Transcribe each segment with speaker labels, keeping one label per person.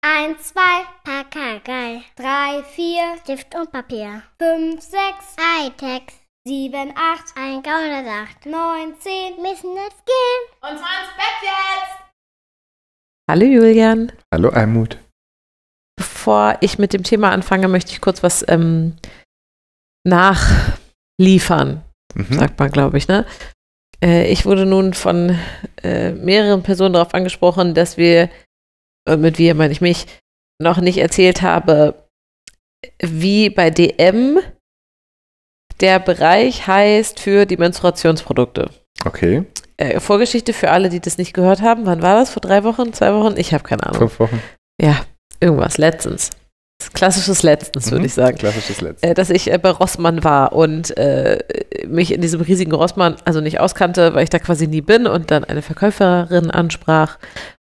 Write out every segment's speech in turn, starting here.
Speaker 1: Eins, zwei, Pakagei.
Speaker 2: Drei, vier,
Speaker 1: Stift und Papier.
Speaker 2: fünf, sechs,
Speaker 1: Hightech.
Speaker 2: sieben, acht,
Speaker 1: Ein Gaunersacht.
Speaker 2: neun, zehn.
Speaker 1: Müssen jetzt gehen.
Speaker 3: Und zwar ins Bett jetzt!
Speaker 4: Hallo Julian.
Speaker 5: Hallo Almut.
Speaker 4: Bevor ich mit dem Thema anfange, möchte ich kurz was ähm, nachliefern,
Speaker 5: Mhm.
Speaker 4: sagt man, glaube ich. Ne? Äh, ich wurde nun von äh, mehreren Personen darauf angesprochen, dass wir, und mit wir meine ich mich, noch nicht erzählt habe, wie bei DM der Bereich heißt für die Menstruationsprodukte.
Speaker 5: Okay,
Speaker 4: Äh, Vorgeschichte für alle, die das nicht gehört haben. Wann war das? Vor drei Wochen? Zwei Wochen? Ich habe keine Ahnung.
Speaker 5: fünf Wochen.
Speaker 4: Ja, irgendwas, letztens. Klassisches Letztens, würde
Speaker 5: Mhm.
Speaker 4: ich sagen.
Speaker 5: Klassisches Letzte.
Speaker 4: Äh, Dass ich äh, bei Rossmann war und äh, mich in diesem riesigen Rossmann also nicht auskannte, weil ich da quasi nie bin und dann eine Verkäuferin ansprach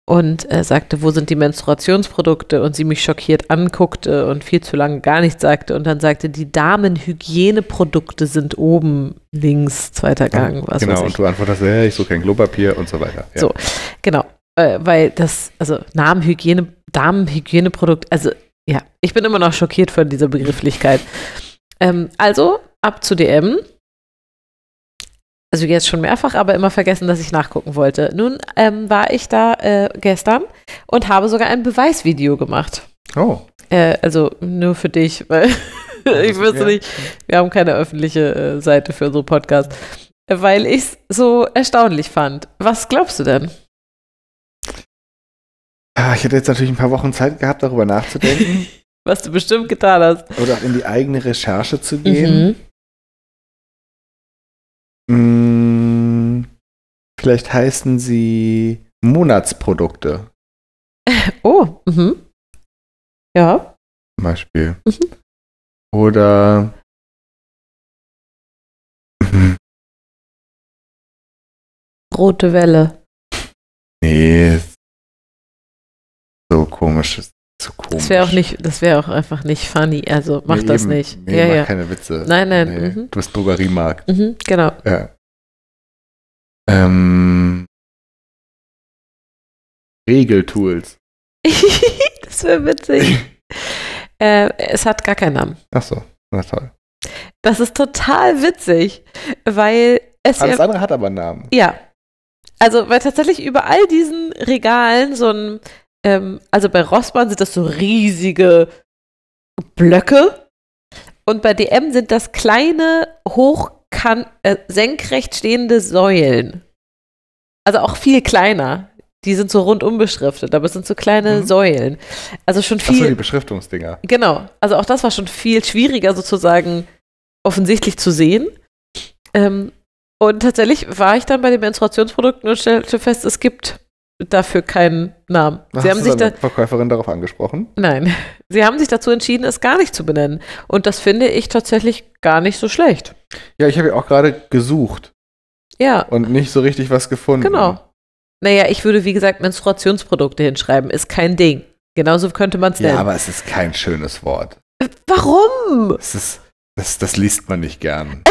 Speaker 4: und äh, sagte, wo sind die Menstruationsprodukte und sie mich schockiert anguckte und viel zu lange gar nichts sagte und dann sagte, die Damenhygieneprodukte sind oben links, zweiter Gang, was
Speaker 5: genau,
Speaker 4: weiß ich.
Speaker 5: und du antwortest, ja, ich suche kein Klopapier und so weiter. Ja.
Speaker 4: So. Genau, äh, weil das, also Namenhygiene, Damenhygieneprodukt, also ja, ich bin immer noch schockiert von dieser Begrifflichkeit. Ähm, also, ab zu DM. Also jetzt schon mehrfach, aber immer vergessen, dass ich nachgucken wollte. Nun ähm, war ich da äh, gestern und habe sogar ein Beweisvideo gemacht.
Speaker 5: Oh,
Speaker 4: Äh, also nur für dich, weil ich
Speaker 5: Also,
Speaker 4: wüsste
Speaker 5: ja.
Speaker 4: nicht, wir haben keine öffentliche äh, Seite für unseren Podcast. Äh, Weil ich es so erstaunlich fand. Was glaubst du denn?
Speaker 5: Ah, ich hätte jetzt natürlich ein paar Wochen Zeit gehabt, darüber nachzudenken
Speaker 4: Was du bestimmt getan hast.
Speaker 5: oder auch in die eigene Recherche zu gehen.
Speaker 4: Mhm.
Speaker 5: Mm, vielleicht heißen sie Monatsprodukte
Speaker 4: Oh, mhm. Ja.
Speaker 5: zum Beispiel.
Speaker 4: Mhm.
Speaker 5: Oder Mhm.
Speaker 4: Rote Welle.
Speaker 5: nee, so komisch, so komisch.
Speaker 4: Das wäre auch nicht, das wäre auch einfach nicht funny. Also mach
Speaker 5: Nee,
Speaker 4: das
Speaker 5: eben.
Speaker 4: nicht.
Speaker 5: Nee,
Speaker 4: ja,
Speaker 5: mach
Speaker 4: ja.
Speaker 5: keine Witze.
Speaker 4: Nein, nein,
Speaker 5: Nee,
Speaker 4: mhm.
Speaker 5: Du bist Drogeriemarkt.
Speaker 4: Mhm, genau.
Speaker 5: Ja. Ähm, Regeltools.
Speaker 4: das wäre witzig. äh, es hat gar keinen Namen.
Speaker 5: Achso, na toll.
Speaker 4: Das ist total witzig, weil es ja
Speaker 5: Alles andere hat aber einen Namen.
Speaker 4: Ja. Also, weil tatsächlich über all diesen Regalen so ein, ähm, also bei Rossmann sind das so riesige Blöcke und bei DM sind das kleine, hochkant, äh, senkrecht stehende Säulen. Also auch viel kleiner. Die sind so rundum beschriftet, aber es sind so kleine
Speaker 5: Mhm.
Speaker 4: Säulen. Also schon
Speaker 5: Achso, die
Speaker 4: viel,
Speaker 5: Beschriftungsdinger.
Speaker 4: genau. Also auch das war schon viel schwieriger sozusagen offensichtlich zu sehen. Ähm, und tatsächlich war ich dann bei den Menstruationsprodukten und stellte fest, es gibt dafür keinen Namen. Sie haben
Speaker 5: du
Speaker 4: sich da,
Speaker 5: deine Verkäuferin darauf angesprochen?
Speaker 4: nein, sie haben sich dazu entschieden, es gar nicht zu benennen. Und das finde ich tatsächlich gar nicht so schlecht.
Speaker 5: Ja, ich habe ja auch gerade gesucht
Speaker 4: Ja,
Speaker 5: und nicht so richtig was gefunden.
Speaker 4: genau. Naja, ich würde wie gesagt Menstruationsprodukte hinschreiben, ist kein Ding. Genauso könnte man es nennen.
Speaker 5: Ja, aber es ist kein schönes Wort.
Speaker 4: Warum?
Speaker 5: Es ist, das, das liest man nicht gern.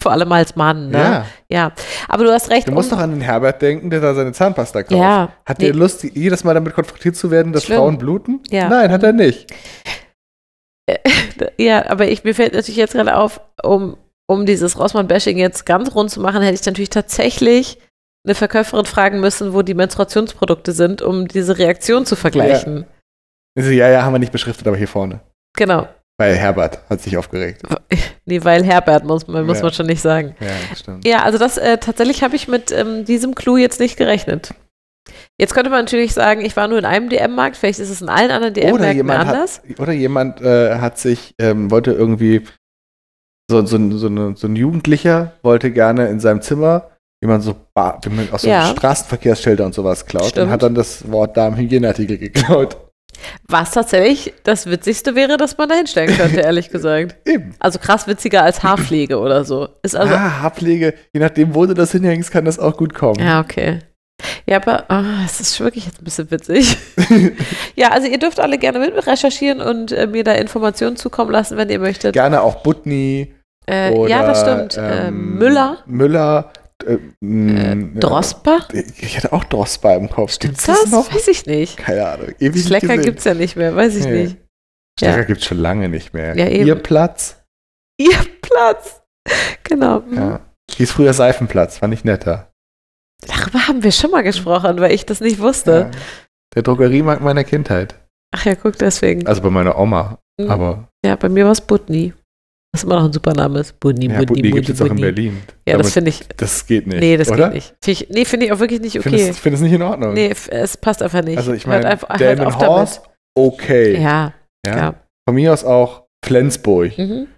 Speaker 4: Vor allem als Mann, ne?
Speaker 5: Ja.
Speaker 4: ja. Aber du hast recht.
Speaker 5: Du musst
Speaker 4: um-
Speaker 5: doch an den Herbert denken, der da seine Zahnpasta kauft.
Speaker 4: Ja,
Speaker 5: Hat
Speaker 4: nee.
Speaker 5: der Lust, jedes Mal damit konfrontiert zu werden, dass
Speaker 4: Schlimm.
Speaker 5: Frauen bluten?
Speaker 4: Ja.
Speaker 5: Nein, hat er nicht.
Speaker 4: Ja, aber ich, mir fällt natürlich jetzt gerade auf, um, um dieses Rossmann-Bashing jetzt ganz rund zu machen, hätte ich natürlich tatsächlich eine Verkäuferin fragen müssen, wo die Menstruationsprodukte sind, um diese Reaktion zu vergleichen.
Speaker 5: Also, ja, ja, haben wir nicht beschriftet, aber hier vorne.
Speaker 4: Genau.
Speaker 5: Weil Herbert hat sich aufgeregt.
Speaker 4: Nee, weil Herbert muss man, muss
Speaker 5: Ja.
Speaker 4: man schon nicht sagen.
Speaker 5: Ja, stimmt.
Speaker 4: Ja, also das äh, tatsächlich habe ich mit ähm, diesem Clou jetzt nicht gerechnet. Jetzt könnte man natürlich sagen, ich war nur in einem DM-Markt, vielleicht ist es in allen anderen
Speaker 5: Oder
Speaker 4: DM-Märkten
Speaker 5: jemand,
Speaker 4: anders.
Speaker 5: hat, oder jemand äh, hat sich, ähm, wollte irgendwie, so, so, ein- so, eine, so ein Jugendlicher wollte gerne in seinem Zimmer jemand so ba- wie man aus so
Speaker 4: Ja.
Speaker 5: Straßenverkehrsschilder und sowas klaut
Speaker 4: Stimmt.
Speaker 5: und hat dann das Wort Darmhygienartikel geklaut.
Speaker 4: Was tatsächlich das Witzigste wäre, dass man da hinstellen könnte, ehrlich gesagt.
Speaker 5: Eben.
Speaker 4: Also krass witziger als Haarpflege oder so. Ist also.
Speaker 5: ah, Haarpflege, je nachdem, wo du das hinhängst, kann das auch gut kommen.
Speaker 4: Ja, okay. Ja, aber ah, es ist wirklich jetzt ein bisschen witzig. ja, also ihr dürft alle gerne mit recherchieren und äh, mir da Informationen zukommen lassen, wenn ihr möchtet.
Speaker 5: Gerne auch Butni
Speaker 4: äh,
Speaker 5: oder
Speaker 4: ja, das stimmt. äh,
Speaker 5: ähm,
Speaker 4: Müller.
Speaker 5: Müller, Äh, mh,
Speaker 4: Drosper?
Speaker 5: äh, Ich hatte auch Drospa im Kopf.
Speaker 4: Stimmt's
Speaker 5: Gibt's
Speaker 4: das? Weiß ich nicht.
Speaker 5: Keine Ahnung. Ewig nicht
Speaker 4: Schlecker
Speaker 5: gesehen.
Speaker 4: gibt's ja nicht mehr, weiß ich
Speaker 5: Nee.
Speaker 4: nicht.
Speaker 5: Schlecker
Speaker 4: ja.
Speaker 5: gibt's schon lange nicht mehr.
Speaker 4: Ja, eben.
Speaker 5: Ihr Platz.
Speaker 4: Ihr Platz. Genau.
Speaker 5: Ja. Hieß früher Seifenplatz, fand ich netter.
Speaker 4: Darüber haben wir schon mal gesprochen, weil ich das nicht wusste.
Speaker 5: Ja. Der Drogeriemarkt meiner Kindheit.
Speaker 4: Ach ja, guck, deswegen.
Speaker 5: Also bei meiner Oma.
Speaker 4: Mhm.
Speaker 5: Aber
Speaker 4: ja, bei mir war es Budni. Was immer noch ein super Name ist. Budni,
Speaker 5: ja,
Speaker 4: Budni,
Speaker 5: Budni
Speaker 4: Budni.
Speaker 5: gibt es auch in
Speaker 4: Budni.
Speaker 5: Berlin.
Speaker 4: Ja, das
Speaker 5: Damit-
Speaker 4: finde ich.
Speaker 5: das geht nicht.
Speaker 4: Nee, das
Speaker 5: oder?
Speaker 4: geht nicht. Find ich, nee, finde ich auch wirklich nicht
Speaker 5: Ich
Speaker 4: okay.
Speaker 5: finde es nicht in Ordnung.
Speaker 4: Nee, f- es passt einfach nicht.
Speaker 5: Also ich
Speaker 4: Hört
Speaker 5: meine,
Speaker 4: einfach- hört
Speaker 5: Damon
Speaker 4: auf
Speaker 5: Horst, okay.
Speaker 4: damit. Ja, ja.
Speaker 5: Von mir aus auch Flensburg
Speaker 4: Mhm.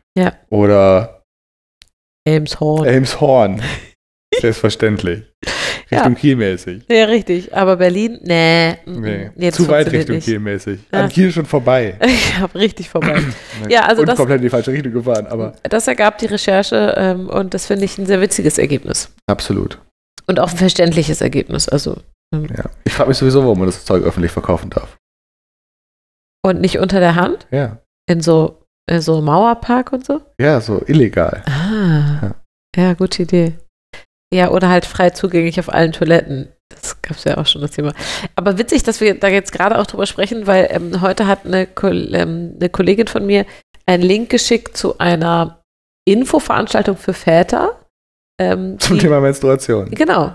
Speaker 5: oder Äh.
Speaker 4: Elmshorn.
Speaker 5: Elmshorn. Selbstverständlich.
Speaker 4: Ja.
Speaker 5: Richtung Kielmäßig.
Speaker 4: Ja, richtig. Aber Berlin, nee. mhm.
Speaker 5: Nee.
Speaker 4: Nee, das
Speaker 5: Zu weit
Speaker 4: funktioniert
Speaker 5: Richtung
Speaker 4: nicht.
Speaker 5: Kielmäßig.
Speaker 4: Ja.
Speaker 5: An Kiel schon vorbei.
Speaker 4: Ich habe richtig vorbei. Ja, also
Speaker 5: Und
Speaker 4: das-
Speaker 5: komplett in die falsche Richtung gefahren, aber.
Speaker 4: Das ergab die Recherche ähm, und das finde ich ein sehr witziges Ergebnis.
Speaker 5: Absolut.
Speaker 4: Und auch ein verständliches Ergebnis. Also.
Speaker 5: Ja. Ich frage mich sowieso, warum man das Zeug öffentlich verkaufen darf.
Speaker 4: Und nicht unter der Hand,
Speaker 5: Ja.
Speaker 4: in so, in so Mauerpark und so.
Speaker 5: Ja, so illegal.
Speaker 4: Ah. Ja, gute Idee. Ja, oder halt frei zugänglich auf allen Toiletten. Das gab es ja auch schon das Thema. Aber witzig, dass wir da jetzt gerade auch drüber sprechen, weil ähm, heute hat eine, Kol- ähm, eine Kollegin von mir einen Link geschickt zu einer Infoveranstaltung für Väter. Ähm,
Speaker 5: Zum
Speaker 4: die-
Speaker 5: Thema Menstruation.
Speaker 4: Genau.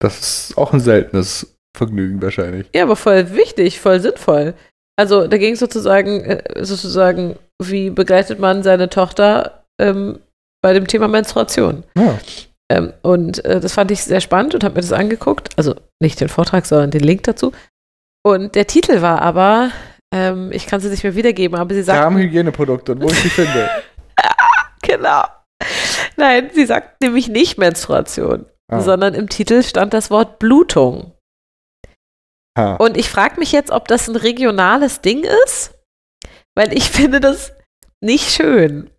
Speaker 5: Das ist auch ein seltenes Vergnügen wahrscheinlich.
Speaker 4: Ja, aber voll wichtig, voll sinnvoll. Also da ging es sozusagen, äh, sozusagen, wie begleitet man seine Tochter ähm, bei dem Thema Menstruation?
Speaker 5: Ja.
Speaker 4: Ähm, und äh, das fand ich sehr spannend und habe mir das angeguckt. Also nicht den Vortrag, sondern den Link dazu. Und der Titel war aber, ähm, ich kann es nicht mehr wiedergeben, aber sie sagt,
Speaker 5: Darmhygieneprodukte und wo ich die finde.
Speaker 4: genau. Nein, sie sagt nämlich nicht Menstruation,
Speaker 5: Ah.
Speaker 4: sondern im Titel stand das Wort Blutung.
Speaker 5: Ha.
Speaker 4: Und ich frage mich jetzt, ob das ein regionales Ding ist, weil ich finde das nicht schön.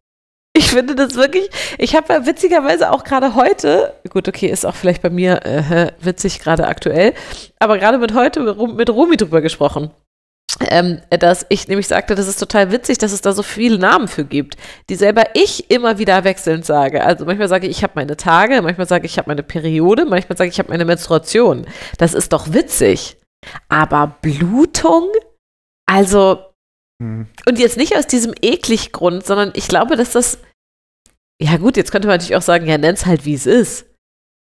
Speaker 4: Ich finde das wirklich, ich habe ja witzigerweise auch gerade heute, gut, okay, ist auch vielleicht bei mir äh, witzig gerade aktuell, aber gerade mit heute mit Ru- mit Rumi drüber gesprochen. Ähm, dass ich nämlich sagte, das ist total witzig, dass es da so viele Namen für gibt, die selber ich immer wieder wechselnd sage. Also manchmal sage ich, ich habe meine Tage, manchmal sage ich, ich habe meine Periode, manchmal sage ich, ich habe meine Menstruation. Das ist doch witzig. Aber Blutung? Also,
Speaker 5: Hm.
Speaker 4: und jetzt nicht aus diesem eklig Grund, sondern ich glaube, dass das. Ja, gut, jetzt könnte man natürlich auch sagen, ja, nenn's halt, wie es ist.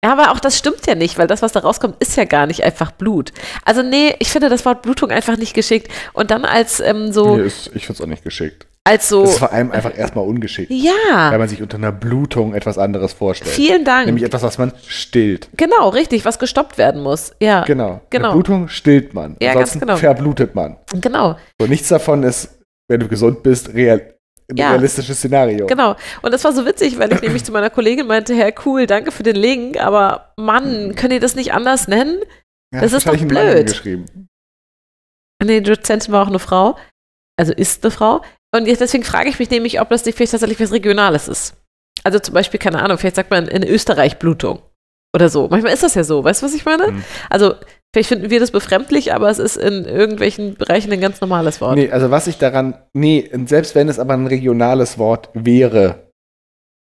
Speaker 4: Ja, aber auch das stimmt ja nicht, weil das, was da rauskommt, ist ja gar nicht einfach Blut. Also, nee, ich finde das Wort Blutung einfach nicht geschickt. Und dann als ähm, so,
Speaker 5: Nee, ist, ich finde es auch nicht geschickt.
Speaker 4: als
Speaker 5: Es
Speaker 4: so,
Speaker 5: ist vor allem einfach erstmal ungeschickt,
Speaker 4: Oh. ja,
Speaker 5: weil man sich unter einer Blutung etwas anderes vorstellt.
Speaker 4: vielen
Speaker 5: äh, Nämlich
Speaker 4: Dank.
Speaker 5: etwas, was man stillt.
Speaker 4: Genau, richtig, was gestoppt werden muss. Ja,
Speaker 5: Genau.
Speaker 4: Genau.
Speaker 5: Eine Blutung stillt man.
Speaker 4: Ja, ganz
Speaker 5: Ansonsten
Speaker 4: genau.
Speaker 5: verblutet man.
Speaker 4: genau.
Speaker 5: Und nichts davon ist, wenn du gesund bist, real, ein
Speaker 4: Ja.
Speaker 5: realistisches Szenario.
Speaker 4: Genau. Und das war so witzig, weil ich nämlich zu meiner Kollegin meinte, Herr, cool, danke für den Link, aber Mann, könnt ihr das nicht anders nennen?
Speaker 5: Ja,
Speaker 4: Das ist
Speaker 5: wahrscheinlich
Speaker 4: doch
Speaker 5: ein Mann
Speaker 4: blöd.
Speaker 5: geschrieben.
Speaker 4: Nee, die Dozentin war auch eine Frau, also ist eine Frau. Und jetzt deswegen frage ich mich nämlich, ob das nicht vielleicht tatsächlich was Regionales ist. Also zum Beispiel, keine Ahnung, vielleicht sagt man in Österreich Blutung oder so. Manchmal ist das ja so, weißt du, was ich meine?
Speaker 5: Hm.
Speaker 4: Also vielleicht finden wir das befremdlich, aber es ist in irgendwelchen Bereichen ein ganz normales Wort.
Speaker 5: Nee, also was ich daran. Nee, selbst wenn es aber ein regionales Wort wäre,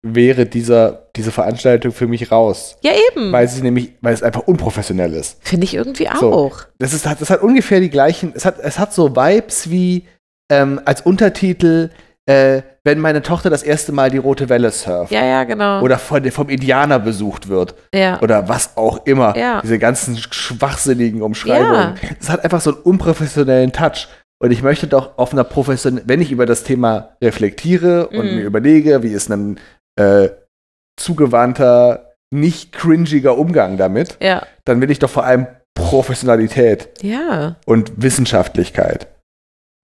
Speaker 5: wäre dieser, diese Veranstaltung für mich raus.
Speaker 4: Ja, eben.
Speaker 5: Weil sie nämlich, weil es einfach unprofessionell ist.
Speaker 4: Finde ich irgendwie auch.
Speaker 5: So. Das, ist, das hat ungefähr die gleichen, es hat, es hat so Vibes wie ähm, als Untertitel, äh, wenn meine Tochter das erste Mal die rote Welle surft.
Speaker 4: Ja, ja, genau.
Speaker 5: Oder von, vom Indianer besucht wird.
Speaker 4: ja.
Speaker 5: Oder was auch immer.
Speaker 4: Ja.
Speaker 5: Diese ganzen sch- schwachsinnigen Umschreibungen. Es hat einfach so einen unprofessionellen Touch. Und ich möchte doch auf einer professionellen, wenn ich über das Thema reflektiere und
Speaker 4: Mhm.
Speaker 5: mir überlege, wie ist ein äh, zugewandter, nicht cringiger Umgang damit,
Speaker 4: ja.
Speaker 5: dann will ich doch vor allem Professionalität
Speaker 4: Ja,
Speaker 5: und Wissenschaftlichkeit,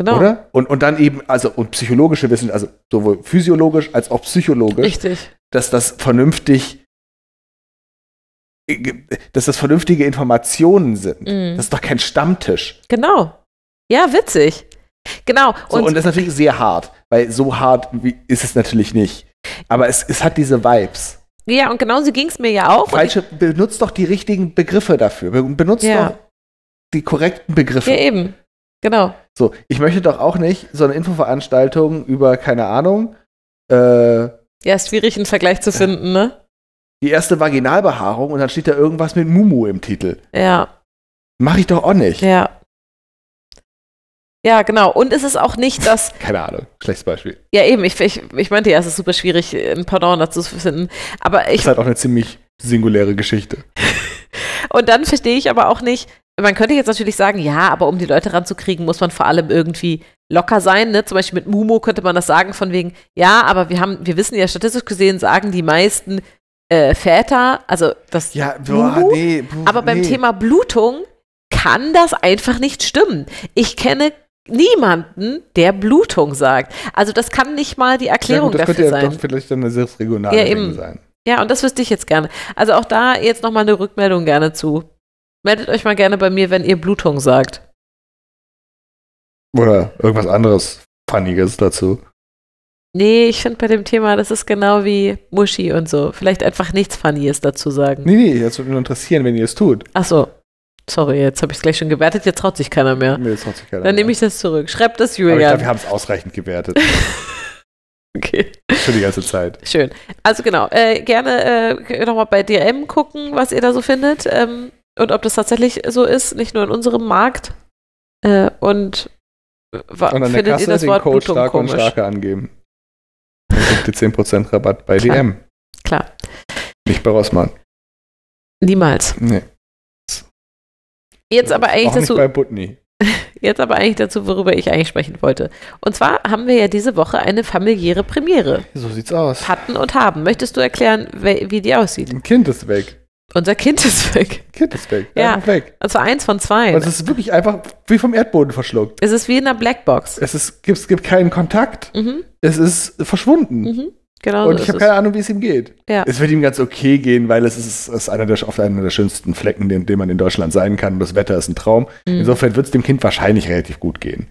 Speaker 4: genau.
Speaker 5: oder? Und, und dann eben, also und psychologische Wissen, also sowohl physiologisch als auch psychologisch,
Speaker 4: Richtig.
Speaker 5: dass das vernünftig, äh, dass das vernünftige Informationen sind.
Speaker 4: Mhm.
Speaker 5: Das ist doch kein Stammtisch.
Speaker 4: Genau. Ja, witzig. Genau.
Speaker 5: So, und,
Speaker 4: und
Speaker 5: das ist natürlich sehr hart, weil so hart wie, ist es natürlich nicht. Aber es, es hat diese Vibes.
Speaker 4: ja, und genauso ging es mir ja auch. Und
Speaker 5: Falsche, benutzt doch die richtigen Begriffe dafür. Be- Benutzt
Speaker 4: Ja.
Speaker 5: doch die korrekten
Speaker 4: ich,
Speaker 5: Begriffe.
Speaker 4: ja, eben. Genau.
Speaker 5: So, ich möchte doch auch nicht so eine Infoveranstaltung über, keine Ahnung, äh,
Speaker 4: Ja, ist schwierig, einen Vergleich zu finden, ne?
Speaker 5: die erste Vaginalbehaarung und dann steht da irgendwas mit Mumu im Titel.
Speaker 4: Ja,
Speaker 5: Mach ich doch auch nicht.
Speaker 4: ja. Ja, genau. Und es ist auch nicht, dass
Speaker 5: Keine Ahnung. Schlechtes Beispiel.
Speaker 4: Ja, eben, ich, ich, ich meinte ja, es ist super schwierig, ein Pendant dazu zu finden. Aber
Speaker 5: Das
Speaker 4: ich,
Speaker 5: ist halt auch eine ziemlich singuläre Geschichte.
Speaker 4: und dann verstehe ich aber auch nicht, man könnte jetzt natürlich sagen, ja, aber um die Leute ranzukriegen, muss man vor allem irgendwie locker sein, ne? Zum Beispiel mit Mumo könnte man das sagen, von wegen, ja, aber wir haben, wir wissen ja, statistisch gesehen sagen die meisten äh, Väter, also das
Speaker 5: Ja,
Speaker 4: Mumu?
Speaker 5: nee. buh,
Speaker 4: Aber beim
Speaker 5: nee.
Speaker 4: Thema Blutung kann das einfach nicht stimmen. Ich kenne niemanden, der Blutung sagt. Also das kann nicht mal die
Speaker 5: Ja,
Speaker 4: Erklärung
Speaker 5: gut, das könnte
Speaker 4: dafür
Speaker 5: ja
Speaker 4: sein.
Speaker 5: doch vielleicht dann eine selbst regionale
Speaker 4: Ja,
Speaker 5: Dinge
Speaker 4: eben.
Speaker 5: sein.
Speaker 4: Ja, und das wüsste ich jetzt gerne. Also auch da jetzt nochmal eine Rückmeldung gerne zu. Meldet euch mal gerne bei mir, wenn ihr Blutung sagt.
Speaker 5: Oder irgendwas anderes Funniges dazu.
Speaker 4: Nee, ich finde bei dem Thema, das ist genau wie Muschi und so. Vielleicht einfach nichts Funnyes dazu sagen.
Speaker 5: Nee, nee, das würde mich nur interessieren, wenn ihr es tut.
Speaker 4: Ach so. Sorry, jetzt habe ich es gleich schon gewertet, jetzt traut sich keiner mehr.
Speaker 5: Nee, das traut sich keiner
Speaker 4: Dann nehme
Speaker 5: mehr.
Speaker 4: ich das zurück. Schreibt das
Speaker 5: Aber ich glaube, wir
Speaker 4: Julian.
Speaker 5: haben es ausreichend gewertet.
Speaker 4: Okay,
Speaker 5: Für die ganze Zeit.
Speaker 4: schön. Also genau, äh, gerne äh, nochmal bei DRM gucken, was ihr da so findet ähm, und ob das tatsächlich so ist, nicht nur in unserem Markt. Äh, und äh, wa-
Speaker 5: Und an der
Speaker 4: findet ihr
Speaker 5: Kasse
Speaker 4: das
Speaker 5: den
Speaker 4: Wort
Speaker 5: Code
Speaker 4: Blutung
Speaker 5: stark
Speaker 4: komisch?
Speaker 5: und starke angeben. Dann kriegt ihr 10% Rabatt bei
Speaker 4: Klar.
Speaker 5: DM.
Speaker 4: Klar,
Speaker 5: Nicht bei Rossmann.
Speaker 4: niemals.
Speaker 5: Nee.
Speaker 4: Jetzt aber eigentlich
Speaker 5: Auch nicht
Speaker 4: dazu,
Speaker 5: bei Butni.
Speaker 4: jetzt aber eigentlich dazu, worüber ich eigentlich sprechen wollte. Und zwar haben wir ja diese Woche eine familiäre Premiere.
Speaker 5: So sieht's aus.
Speaker 4: Hatten und haben. Möchtest du erklären, we- wie die aussieht?
Speaker 5: Ein Kind ist weg.
Speaker 4: Unser Kind ist weg.
Speaker 5: Ein Kind ist weg.
Speaker 4: Ja.
Speaker 5: Einfach weg.
Speaker 4: Und zwar eins von zwei.
Speaker 5: Und Also es ist wirklich einfach wie vom Erdboden verschluckt.
Speaker 4: Es ist wie in einer Blackbox.
Speaker 5: Es ist, gibt, gibt keinen Kontakt.
Speaker 4: Mhm,
Speaker 5: Es ist verschwunden.
Speaker 4: mhm. Genau
Speaker 5: Und
Speaker 4: so
Speaker 5: ich habe
Speaker 4: ist es.
Speaker 5: keine Ahnung, wie es ihm geht.
Speaker 4: Ja.
Speaker 5: Es wird ihm ganz okay gehen, weil es ist, es ist einer der, auf einer der schönsten Flecken, in dem man in Deutschland sein kann. Und das Wetter ist ein Traum.
Speaker 4: Mhm.
Speaker 5: Insofern wird es dem Kind wahrscheinlich relativ gut gehen.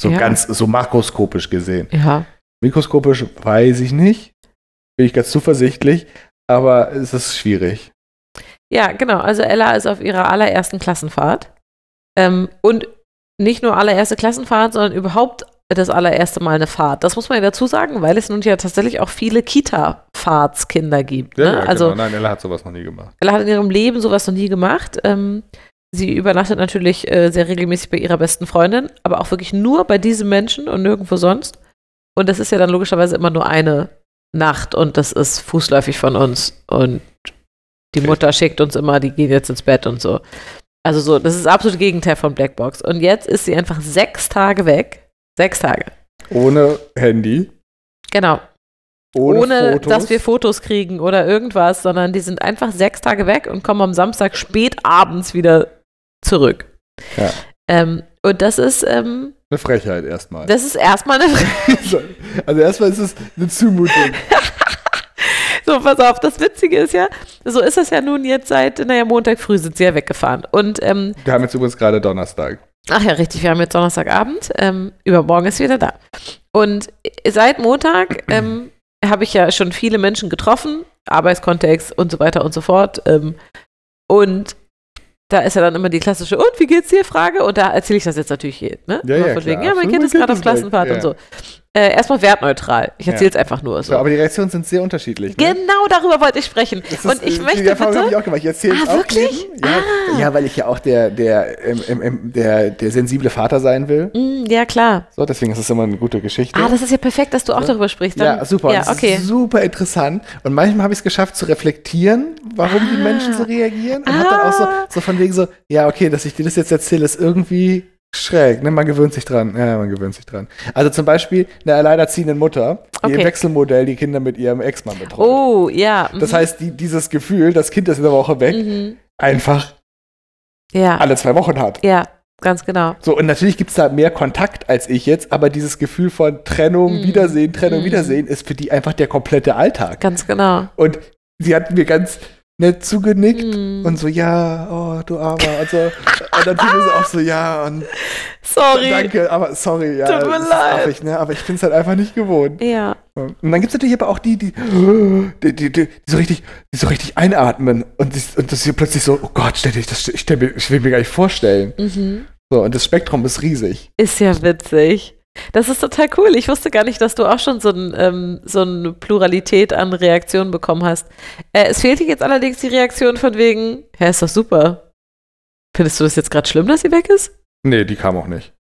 Speaker 5: So
Speaker 4: Ja.
Speaker 5: ganz, so makroskopisch gesehen.
Speaker 4: Ja.
Speaker 5: Mikroskopisch weiß ich nicht. Bin ich ganz zuversichtlich. Aber es ist schwierig.
Speaker 4: ja, genau. Also Ella ist auf ihrer allerersten Klassenfahrt. Ähm, und nicht nur allererste Klassenfahrt, sondern überhaupt das allererste Mal eine Fahrt. Das muss man ja dazu sagen, weil es nun ja tatsächlich auch viele Kita-Fahrtskinder gibt. Ne? also
Speaker 5: genau. Nein, Ella hat sowas noch nie gemacht.
Speaker 4: Ella hat in ihrem Leben sowas noch nie gemacht. Ähm, sie übernachtet natürlich äh, sehr regelmäßig bei ihrer besten Freundin, aber auch wirklich nur bei diesem Menschen und nirgendwo sonst. Und das ist ja dann logischerweise immer nur eine Nacht und das ist fußläufig von uns. Und die Mutter schickt uns immer, die gehen jetzt ins Bett und so. Also so, das ist das absolute Gegenteil von Blackbox. Und jetzt ist sie einfach sechs Tage weg. Sechs Tage.
Speaker 5: Ohne Handy.
Speaker 4: Genau
Speaker 5: Ohne,
Speaker 4: ohne,
Speaker 5: Fotos.
Speaker 4: dass wir Fotos kriegen oder irgendwas, sondern die sind einfach sechs Tage weg und kommen am Samstag spät abends wieder zurück.
Speaker 5: Ja.
Speaker 4: Ähm, und das ist, ähm,
Speaker 5: Eine Frechheit erstmal.
Speaker 4: das ist erstmal eine Frage.
Speaker 5: So, also erstmal ist es eine Zumutung.
Speaker 4: So, pass auf, das Witzige ist ja, so ist es ja nun jetzt seit, naja, Montag früh sind sie ja weggefahren. Und, ähm,
Speaker 5: Wir haben jetzt übrigens gerade Donnerstag.
Speaker 4: ach ja, richtig, wir haben jetzt Donnerstagabend, ähm, übermorgen ist sie wieder da. Und seit Montag ähm, habe ich ja schon viele Menschen getroffen, Arbeitskontext und so weiter und so fort. Ähm, und da ist ja dann immer die klassische, und wie geht's dir? Frage. Und da erzähle ich das jetzt natürlich jedem. Ne?
Speaker 5: Ja,
Speaker 4: Immer
Speaker 5: ja,
Speaker 4: von
Speaker 5: klar,
Speaker 4: wegen, ja, mein
Speaker 5: absolut,
Speaker 4: Kind ist
Speaker 5: mein
Speaker 4: gerade
Speaker 5: Kind
Speaker 4: auf
Speaker 5: ist weg,
Speaker 4: Klassenfahrt
Speaker 5: ja.
Speaker 4: und so. Äh, erstmal wertneutral. Ich
Speaker 5: Ja.
Speaker 4: erzähle es einfach nur so.
Speaker 5: So, aber die Reaktionen sind sehr unterschiedlich. Ne?
Speaker 4: genau darüber wollte ich sprechen.
Speaker 5: Das
Speaker 4: und ich
Speaker 5: äh,
Speaker 4: möchte
Speaker 5: Die Erfahrung
Speaker 4: bitte.
Speaker 5: habe ich auch gemacht. Ich erzähle
Speaker 4: Ah,
Speaker 5: es auch
Speaker 4: wirklich? Ah.
Speaker 5: jedem. Ja, ja, weil ich ja auch der, der, ähm, ähm, ähm, der, der sensible Vater sein will.
Speaker 4: Mm, ja, klar.
Speaker 5: So, deswegen ist es immer eine gute Geschichte.
Speaker 4: Ah, das ist ja perfekt, dass du auch darüber sprichst. Dann,
Speaker 5: Ne? ja, super. Und
Speaker 4: Ja,
Speaker 5: es
Speaker 4: okay.
Speaker 5: Ist super interessant. Und manchmal habe ich es geschafft zu reflektieren, warum die
Speaker 4: Ah.
Speaker 5: Menschen so reagieren. Und habe dann auch so,
Speaker 4: Ah.
Speaker 5: so von wegen so, ja, okay, dass ich dir das jetzt erzähle, ist irgendwie schräg. Ne? Man gewöhnt sich dran. Ja, man gewöhnt sich dran. Also zum Beispiel eine alleinerziehende Mutter, die
Speaker 4: Okay.
Speaker 5: im Wechselmodell die Kinder mit ihrem Ex-Mann betreut.
Speaker 4: Oh, ja.
Speaker 5: Das
Speaker 4: mhm,
Speaker 5: heißt, die, dieses Gefühl, das Kind ist in der Woche weg,
Speaker 4: mhm.
Speaker 5: einfach
Speaker 4: Ja.
Speaker 5: alle zwei Wochen hat.
Speaker 4: Ja, ganz genau.
Speaker 5: So, und natürlich gibt es da mehr Kontakt als ich jetzt, aber dieses Gefühl von Trennung,
Speaker 4: Mhm.
Speaker 5: Wiedersehen, Trennung,
Speaker 4: Mhm.
Speaker 5: Wiedersehen ist für die einfach der komplette Alltag.
Speaker 4: Ganz genau.
Speaker 5: Und sie hat mir ganz nett zugenickt
Speaker 4: Mm.
Speaker 5: und so, ja, oh, du Armer. Und, so. und dann tut sie auch so, ja, und
Speaker 4: Sorry.
Speaker 5: danke, aber sorry, ja.
Speaker 4: Tut mir
Speaker 5: das ist
Speaker 4: leid.
Speaker 5: affig, ne? Aber ich bin es halt einfach nicht gewohnt.
Speaker 4: Ja,
Speaker 5: Und dann gibt es natürlich aber auch die, die, die, die, die, so richtig, die so richtig einatmen und, die, und das hier plötzlich so, oh Gott, stell dich, das, ich, stell mir, ich will mir gar nicht vorstellen.
Speaker 4: mhm.
Speaker 5: So, und das Spektrum ist riesig.
Speaker 4: ist ja witzig. Das ist total cool. Ich wusste gar nicht, dass du auch schon so, ein, ähm, so eine Pluralität an Reaktionen bekommen hast. Äh, es fehlte jetzt allerdings die Reaktion von wegen, hä, ist doch super. Findest du das jetzt gerade schlimm, dass sie weg ist?
Speaker 5: Nee, die kam auch nicht.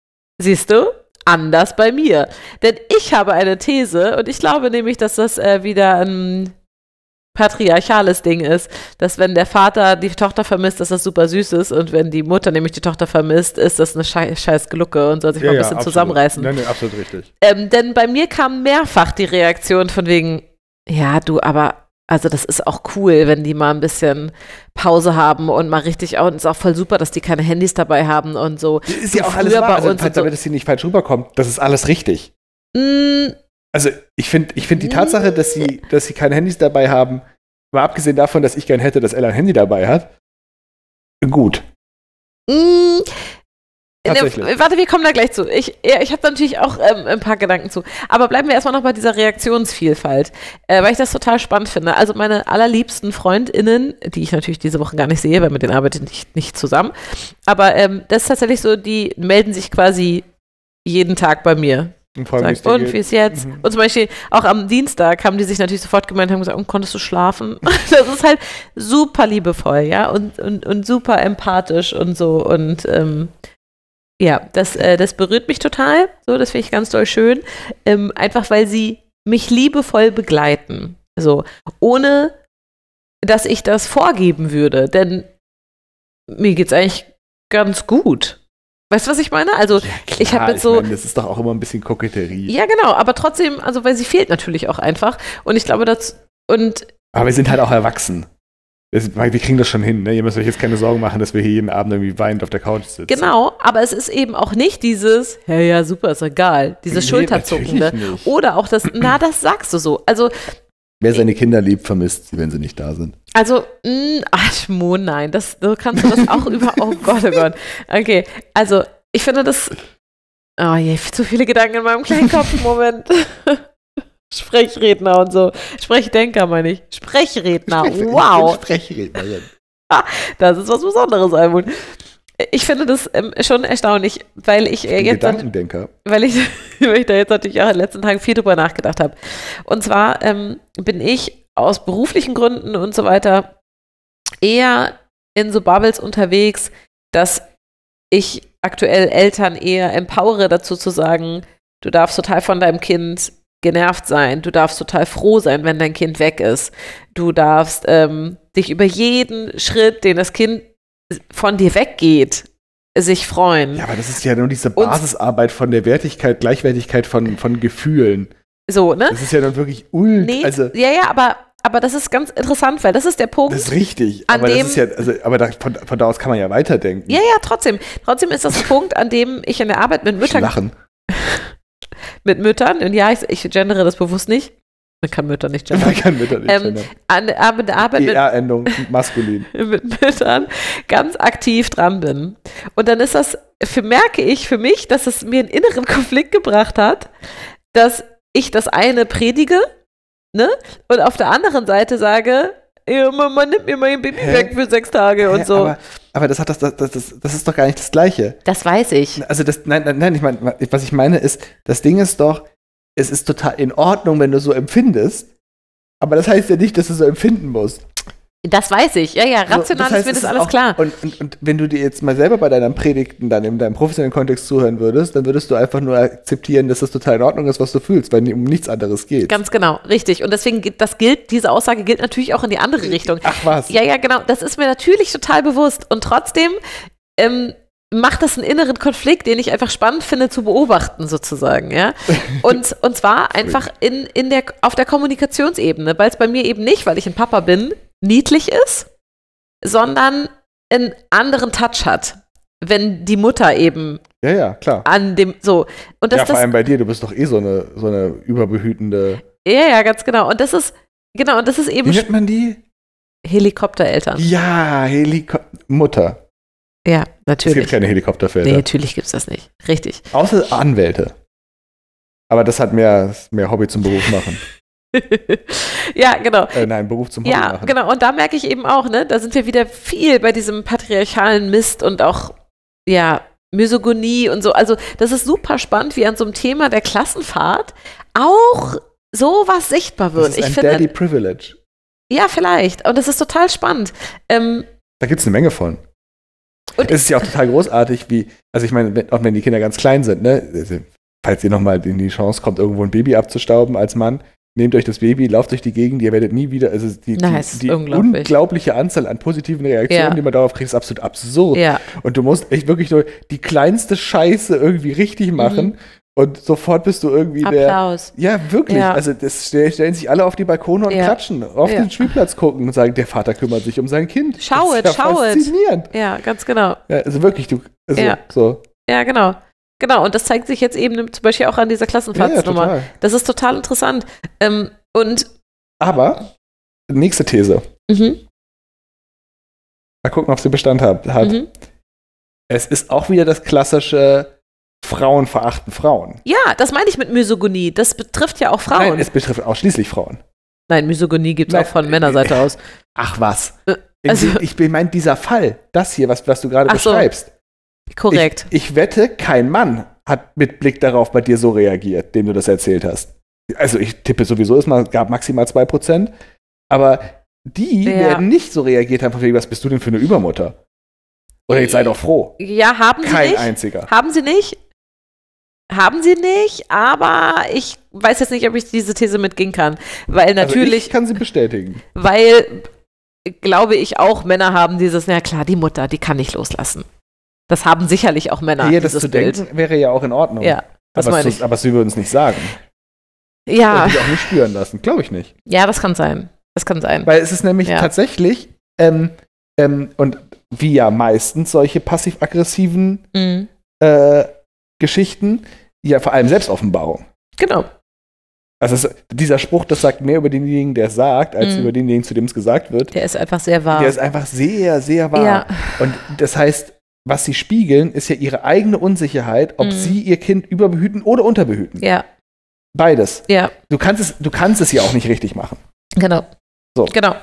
Speaker 4: Siehst du? Anders bei mir. Denn ich habe eine These und ich glaube nämlich, dass das äh, wieder ein patriarchales Ding ist, dass wenn der Vater die Tochter vermisst, dass das super süß ist und wenn die Mutter nämlich die Tochter vermisst, ist das eine schei scheiß Glucke und soll sich mal ein bisschen
Speaker 5: absolut.
Speaker 4: zusammenreißen.
Speaker 5: Nee, nee, absolut richtig.
Speaker 4: Ähm, denn bei mir kam mehrfach die Reaktion von wegen, ja, du, aber, also das ist auch cool, wenn die mal ein bisschen Pause haben und mal richtig, auch- und ist auch voll super, dass die keine Handys dabei haben und so.
Speaker 5: Ist
Speaker 4: Du,
Speaker 5: ja auch alles
Speaker 4: früher
Speaker 5: wahr,
Speaker 4: bei
Speaker 5: also,
Speaker 4: uns und so-
Speaker 5: damit es hier nicht falsch rüberkommt. Das ist alles richtig.
Speaker 4: Mm,
Speaker 5: Also ich finde ich find die Tatsache, dass sie, dass sie keine Handys dabei haben, mal abgesehen davon, dass ich gern hätte, dass Ella ein Handy dabei hat, gut.
Speaker 4: mm, ne,
Speaker 5: Tatsächlich.
Speaker 4: warte, wir kommen da gleich zu. Ich, ja, ich habe da natürlich auch ähm, ein paar Gedanken zu. Aber bleiben wir erstmal noch bei dieser Reaktionsvielfalt, äh, weil ich das total spannend finde. Also meine allerliebsten FreundInnen, die ich natürlich diese Woche gar nicht sehe, weil mit denen arbeite ich nicht, nicht zusammen. Aber ähm, das ist tatsächlich so, die melden sich quasi jeden Tag bei mir.
Speaker 5: Und vor allem, wie's
Speaker 4: Sagt,
Speaker 5: dir
Speaker 4: und
Speaker 5: geht.
Speaker 4: wie ist jetzt?
Speaker 5: Mhm.
Speaker 4: Und zum Beispiel auch am Dienstag haben die sich natürlich sofort gemeint und haben gesagt, und konntest du schlafen? Das ist halt super liebevoll, ja, und, und, und super empathisch und so. Und ähm, ja, das, äh, das berührt mich total. So, das finde ich ganz doll schön. Ähm, einfach weil sie mich liebevoll begleiten. So, ohne dass ich das vorgeben würde. Denn mir geht's eigentlich ganz gut. Weißt du, was ich meine? Also, ich
Speaker 5: Klar,
Speaker 4: habe jetzt so,
Speaker 5: meine, das ist doch auch immer ein bisschen Koketterie.
Speaker 4: ja, genau, aber trotzdem, also weil sie fehlt natürlich auch einfach. Und ich glaube, das und
Speaker 5: Aber wir sind halt auch erwachsen. Das, wir kriegen das schon hin, ne? Ihr müsst euch jetzt keine Sorgen machen, dass wir hier jeden Abend irgendwie weinend auf der Couch sitzen.
Speaker 4: genau, aber es ist eben auch nicht dieses, ja, ja, super, ist egal, dieses
Speaker 5: Nee,
Speaker 4: Schulterzuckende.
Speaker 5: natürlich nicht.
Speaker 4: Oder auch das, na, das sagst du so. Also,
Speaker 5: Wer seine Kinder liebt, vermisst sie, wenn sie nicht da sind.
Speaker 4: also, mh, ach, Mo, nein, das, du kannst du das auch über, oh Gott, oh Gott. Okay, also, ich finde das, oh je, zu viele Gedanken in meinem kleinen Kopf, Moment. Sprechredner und so. Sprechdenker meine ich. Sprechredner, Ah, wow.
Speaker 5: Sprechrednerin.
Speaker 4: Das ist was Besonderes, Almut. Ich finde das ähm, schon erstaunlich, weil ich, äh, jetzt,
Speaker 5: Gedankendenker.
Speaker 4: weil ich, weil ich da jetzt natürlich auch in den letzten Tagen viel drüber nachgedacht habe. Und zwar ähm, bin ich aus beruflichen Gründen und so weiter eher in so Bubbles unterwegs, dass ich aktuell Eltern eher empowere dazu zu sagen, du darfst total von deinem Kind genervt sein, du darfst total froh sein, wenn dein Kind weg ist, du darfst ähm, dich über jeden Schritt, den das Kind von dir weggeht, sich freuen.
Speaker 5: Ja, aber das ist ja nur diese
Speaker 4: Und-
Speaker 5: Basisarbeit von der Wertigkeit, Gleichwertigkeit von, von Gefühlen.
Speaker 4: So, ne?
Speaker 5: Das ist ja dann wirklich ult.
Speaker 4: Nee,
Speaker 5: also,
Speaker 4: ja, ja, aber, aber das ist ganz interessant, weil das ist der Punkt.
Speaker 5: das ist richtig.
Speaker 4: An
Speaker 5: aber
Speaker 4: dem-
Speaker 5: das ist ja, also, aber da, von, von da aus kann man ja weiterdenken.
Speaker 4: ja, ja, trotzdem. Trotzdem ist das ein Punkt, an dem ich in der Arbeit mit Müttern,
Speaker 5: Lachen.
Speaker 4: mit Müttern, und ja, ich, ich gendere das bewusst nicht. Man kann Mütter nicht
Speaker 5: Man
Speaker 4: gendern.
Speaker 5: kann Mütter nicht
Speaker 4: Ähm,
Speaker 5: ändern.
Speaker 4: An, an mit der Arbeit mit,
Speaker 5: ER-Endung, maskulin.
Speaker 4: mit Müttern ganz aktiv dran bin. Und dann ist das, für, merke ich für mich, dass es mir einen inneren Konflikt gebracht hat, dass ich das eine predige, ne? Und auf der anderen Seite sage, "Ja, Mama, nimmt mir mein Baby
Speaker 5: Hä?
Speaker 4: weg für sechs Tage
Speaker 5: Hä,
Speaker 4: und so.
Speaker 5: Aber, aber das, hat das, das, das, das ist doch gar nicht das Gleiche.
Speaker 4: das weiß ich.
Speaker 5: Also das, nein, nein, nein, ich meine, was ich meine ist, das Ding ist doch, es ist total in Ordnung, wenn du so empfindest, aber das heißt ja nicht, dass du so empfinden musst.
Speaker 4: Das weiß ich. Ja, ja,
Speaker 5: So,
Speaker 4: rational
Speaker 5: heißt,
Speaker 4: ist mir
Speaker 5: es
Speaker 4: das alles
Speaker 5: auch,
Speaker 4: klar.
Speaker 5: Und, und, und wenn du dir jetzt mal selber bei deinen Predigten dann in deinem professionellen Kontext zuhören würdest, dann würdest du einfach nur akzeptieren, dass das total in Ordnung ist, was du fühlst, weil um nichts anderes geht.
Speaker 4: Ganz genau, richtig. Und deswegen gilt- das gilt, diese Aussage gilt natürlich auch in die andere Richtung.
Speaker 5: Ach was.
Speaker 4: Ja, ja, genau. Das ist mir natürlich total bewusst. Und trotzdem ähm, macht das einen inneren Konflikt, den ich einfach spannend finde zu beobachten, sozusagen, ja. Und, und zwar einfach in, in der, auf der Kommunikationsebene, weil es bei mir eben nicht, weil ich ein Papa bin, niedlich ist, sondern einen anderen Touch hat, wenn die Mutter eben
Speaker 5: Ja, ja, klar.
Speaker 4: an dem so und dass
Speaker 5: ja, vor
Speaker 4: das
Speaker 5: allem bei dir, du bist doch eh so eine, so eine überbehütende.
Speaker 4: Ja, ja, ganz genau. Und das ist, genau, und das ist eben
Speaker 5: Wie nennt man die?
Speaker 4: Helikoptereltern.
Speaker 5: Ja, Helikopter. Mutter.
Speaker 4: Ja,
Speaker 5: Es gibt
Speaker 4: natürlich.
Speaker 5: keine
Speaker 4: Nee,
Speaker 5: Helikopterfelder.
Speaker 4: natürlich gibt's das nicht. Richtig.
Speaker 5: Außer Anwälte. Aber das hat mehr, mehr Hobby zum Beruf machen.
Speaker 4: ja, genau.
Speaker 5: Äh, nein, Beruf zum Hobby
Speaker 4: Ja,
Speaker 5: machen.
Speaker 4: genau. Und da merke ich eben auch, ne, da sind wir wieder viel bei diesem patriarchalen Mist und auch, ja, Misogonie und so. Also das ist super spannend, wie an so einem Thema der Klassenfahrt auch sowas sichtbar
Speaker 5: Das
Speaker 4: wird.
Speaker 5: ist
Speaker 4: Ich
Speaker 5: ein
Speaker 4: finde,
Speaker 5: Daddy Privilege.
Speaker 4: ja, vielleicht. Und das ist total spannend. Ähm,
Speaker 5: Da gibt es eine Menge von.
Speaker 4: Und-
Speaker 5: es ist ja auch total großartig, wie, also ich meine, wenn, auch wenn die Kinder ganz klein sind, ne? Also, Falls ihr nochmal in die Chance kommt, irgendwo ein Baby abzustauben als Mann, nehmt euch das Baby, lauft durch die Gegend, ihr werdet nie wieder, also die,
Speaker 4: Nice,
Speaker 5: die, die
Speaker 4: unglaublich.
Speaker 5: unglaubliche Anzahl an positiven Reaktionen,
Speaker 4: Ja.
Speaker 5: die man darauf kriegt, ist absolut absurd.
Speaker 4: ja.
Speaker 5: Und du musst echt wirklich nur die kleinste Scheiße irgendwie
Speaker 4: Mhm.
Speaker 5: richtig machen und sofort bist du irgendwie der.
Speaker 4: Applaus.
Speaker 5: Ja, wirklich.
Speaker 4: Ja.
Speaker 5: Also das stell, stellen sich alle auf die Balkone und
Speaker 4: Ja.
Speaker 5: klatschen, auf
Speaker 4: Ja.
Speaker 5: den Spielplatz gucken und sagen, der Vater kümmert sich um sein Kind.
Speaker 4: Schau
Speaker 5: Das
Speaker 4: it,
Speaker 5: ist ja
Speaker 4: schau it.
Speaker 5: faszinierend.
Speaker 4: Ja, ganz genau.
Speaker 5: Ja, also wirklich, du. Also,
Speaker 4: Ja.
Speaker 5: so.
Speaker 4: Ja, genau. Genau, und das zeigt sich jetzt eben zum Beispiel auch an dieser
Speaker 5: ja, ja,
Speaker 4: Klassenfahrtsnummer.
Speaker 5: total.
Speaker 4: das ist total interessant. Ähm, und
Speaker 5: Aber nächste These.
Speaker 4: mhm,
Speaker 5: Mal gucken, ob sie Bestand hat. hat.
Speaker 4: mhm.
Speaker 5: Es ist auch wieder das klassische Frauen verachten Frauen.
Speaker 4: ja, das meine ich mit Misogonie. Das betrifft ja auch Frauen.
Speaker 5: Nein, es betrifft ausschließlich Frauen.
Speaker 4: Nein, Misogonie gibt es
Speaker 5: Nein. äh,
Speaker 4: auch von Männerseite aus.
Speaker 5: Ach was.
Speaker 4: Äh, also-
Speaker 5: ich ich meine, dieser Fall, das hier, was, was du gerade
Speaker 4: Ach so.
Speaker 5: beschreibst.
Speaker 4: Korrekt.
Speaker 5: Ich, ich wette, kein Mann hat mit Blick darauf bei dir so reagiert, dem du das erzählt hast. Also ich tippe sowieso, es mal- gab maximal 2%. Aber die
Speaker 4: Ja.
Speaker 5: werden nicht so reagiert haben, von wegen, was bist du denn für eine Übermutter? Oder jetzt sei doch froh.
Speaker 4: ja, haben sie
Speaker 5: Kein
Speaker 4: nicht.
Speaker 5: einziger.
Speaker 4: Haben sie nicht. Haben sie nicht, aber ich weiß jetzt nicht, ob ich diese These mitgehen kann. Weil
Speaker 5: Also ich
Speaker 4: natürlich,
Speaker 5: kann sie bestätigen.
Speaker 4: weil glaube ich auch, Männer haben dieses, na klar, die Mutter, die kann ich loslassen. Das haben sicherlich auch Männer,
Speaker 5: Ihr das
Speaker 4: dieses
Speaker 5: zu
Speaker 4: Bild.
Speaker 5: denken, wäre ja auch in Ordnung.
Speaker 4: Ja, das
Speaker 5: aber,
Speaker 4: meine
Speaker 5: es,
Speaker 4: ich. Ah.
Speaker 5: aber sie würden es nicht sagen.
Speaker 4: Ja,
Speaker 5: Und dich auch nicht spüren lassen. Glaube ich nicht.
Speaker 4: ja, das kann sein. Das kann sein.
Speaker 5: Weil es ist nämlich
Speaker 4: Ja.
Speaker 5: tatsächlich, ähm, ähm, und wie ja meistens solche passiv-aggressiven
Speaker 4: Mhm.
Speaker 5: äh, Geschichten, ja vor allem Selbstoffenbarung.
Speaker 4: Genau.
Speaker 5: Also es, dieser Spruch, das sagt mehr über denjenigen, der es sagt, als
Speaker 4: Mhm.
Speaker 5: über denjenigen, zu dem es gesagt wird.
Speaker 4: Der ist einfach sehr wahr.
Speaker 5: Der ist einfach sehr, sehr wahr.
Speaker 4: Ja.
Speaker 5: Und das heißt, was sie spiegeln, ist ja ihre eigene Unsicherheit, ob
Speaker 4: Mhm.
Speaker 5: sie ihr Kind überbehüten oder unterbehüten.
Speaker 4: Ja,
Speaker 5: Beides.
Speaker 4: ja,
Speaker 5: Du kannst, es, du kannst es ja auch nicht richtig machen.
Speaker 4: genau.
Speaker 5: So.
Speaker 4: Genau.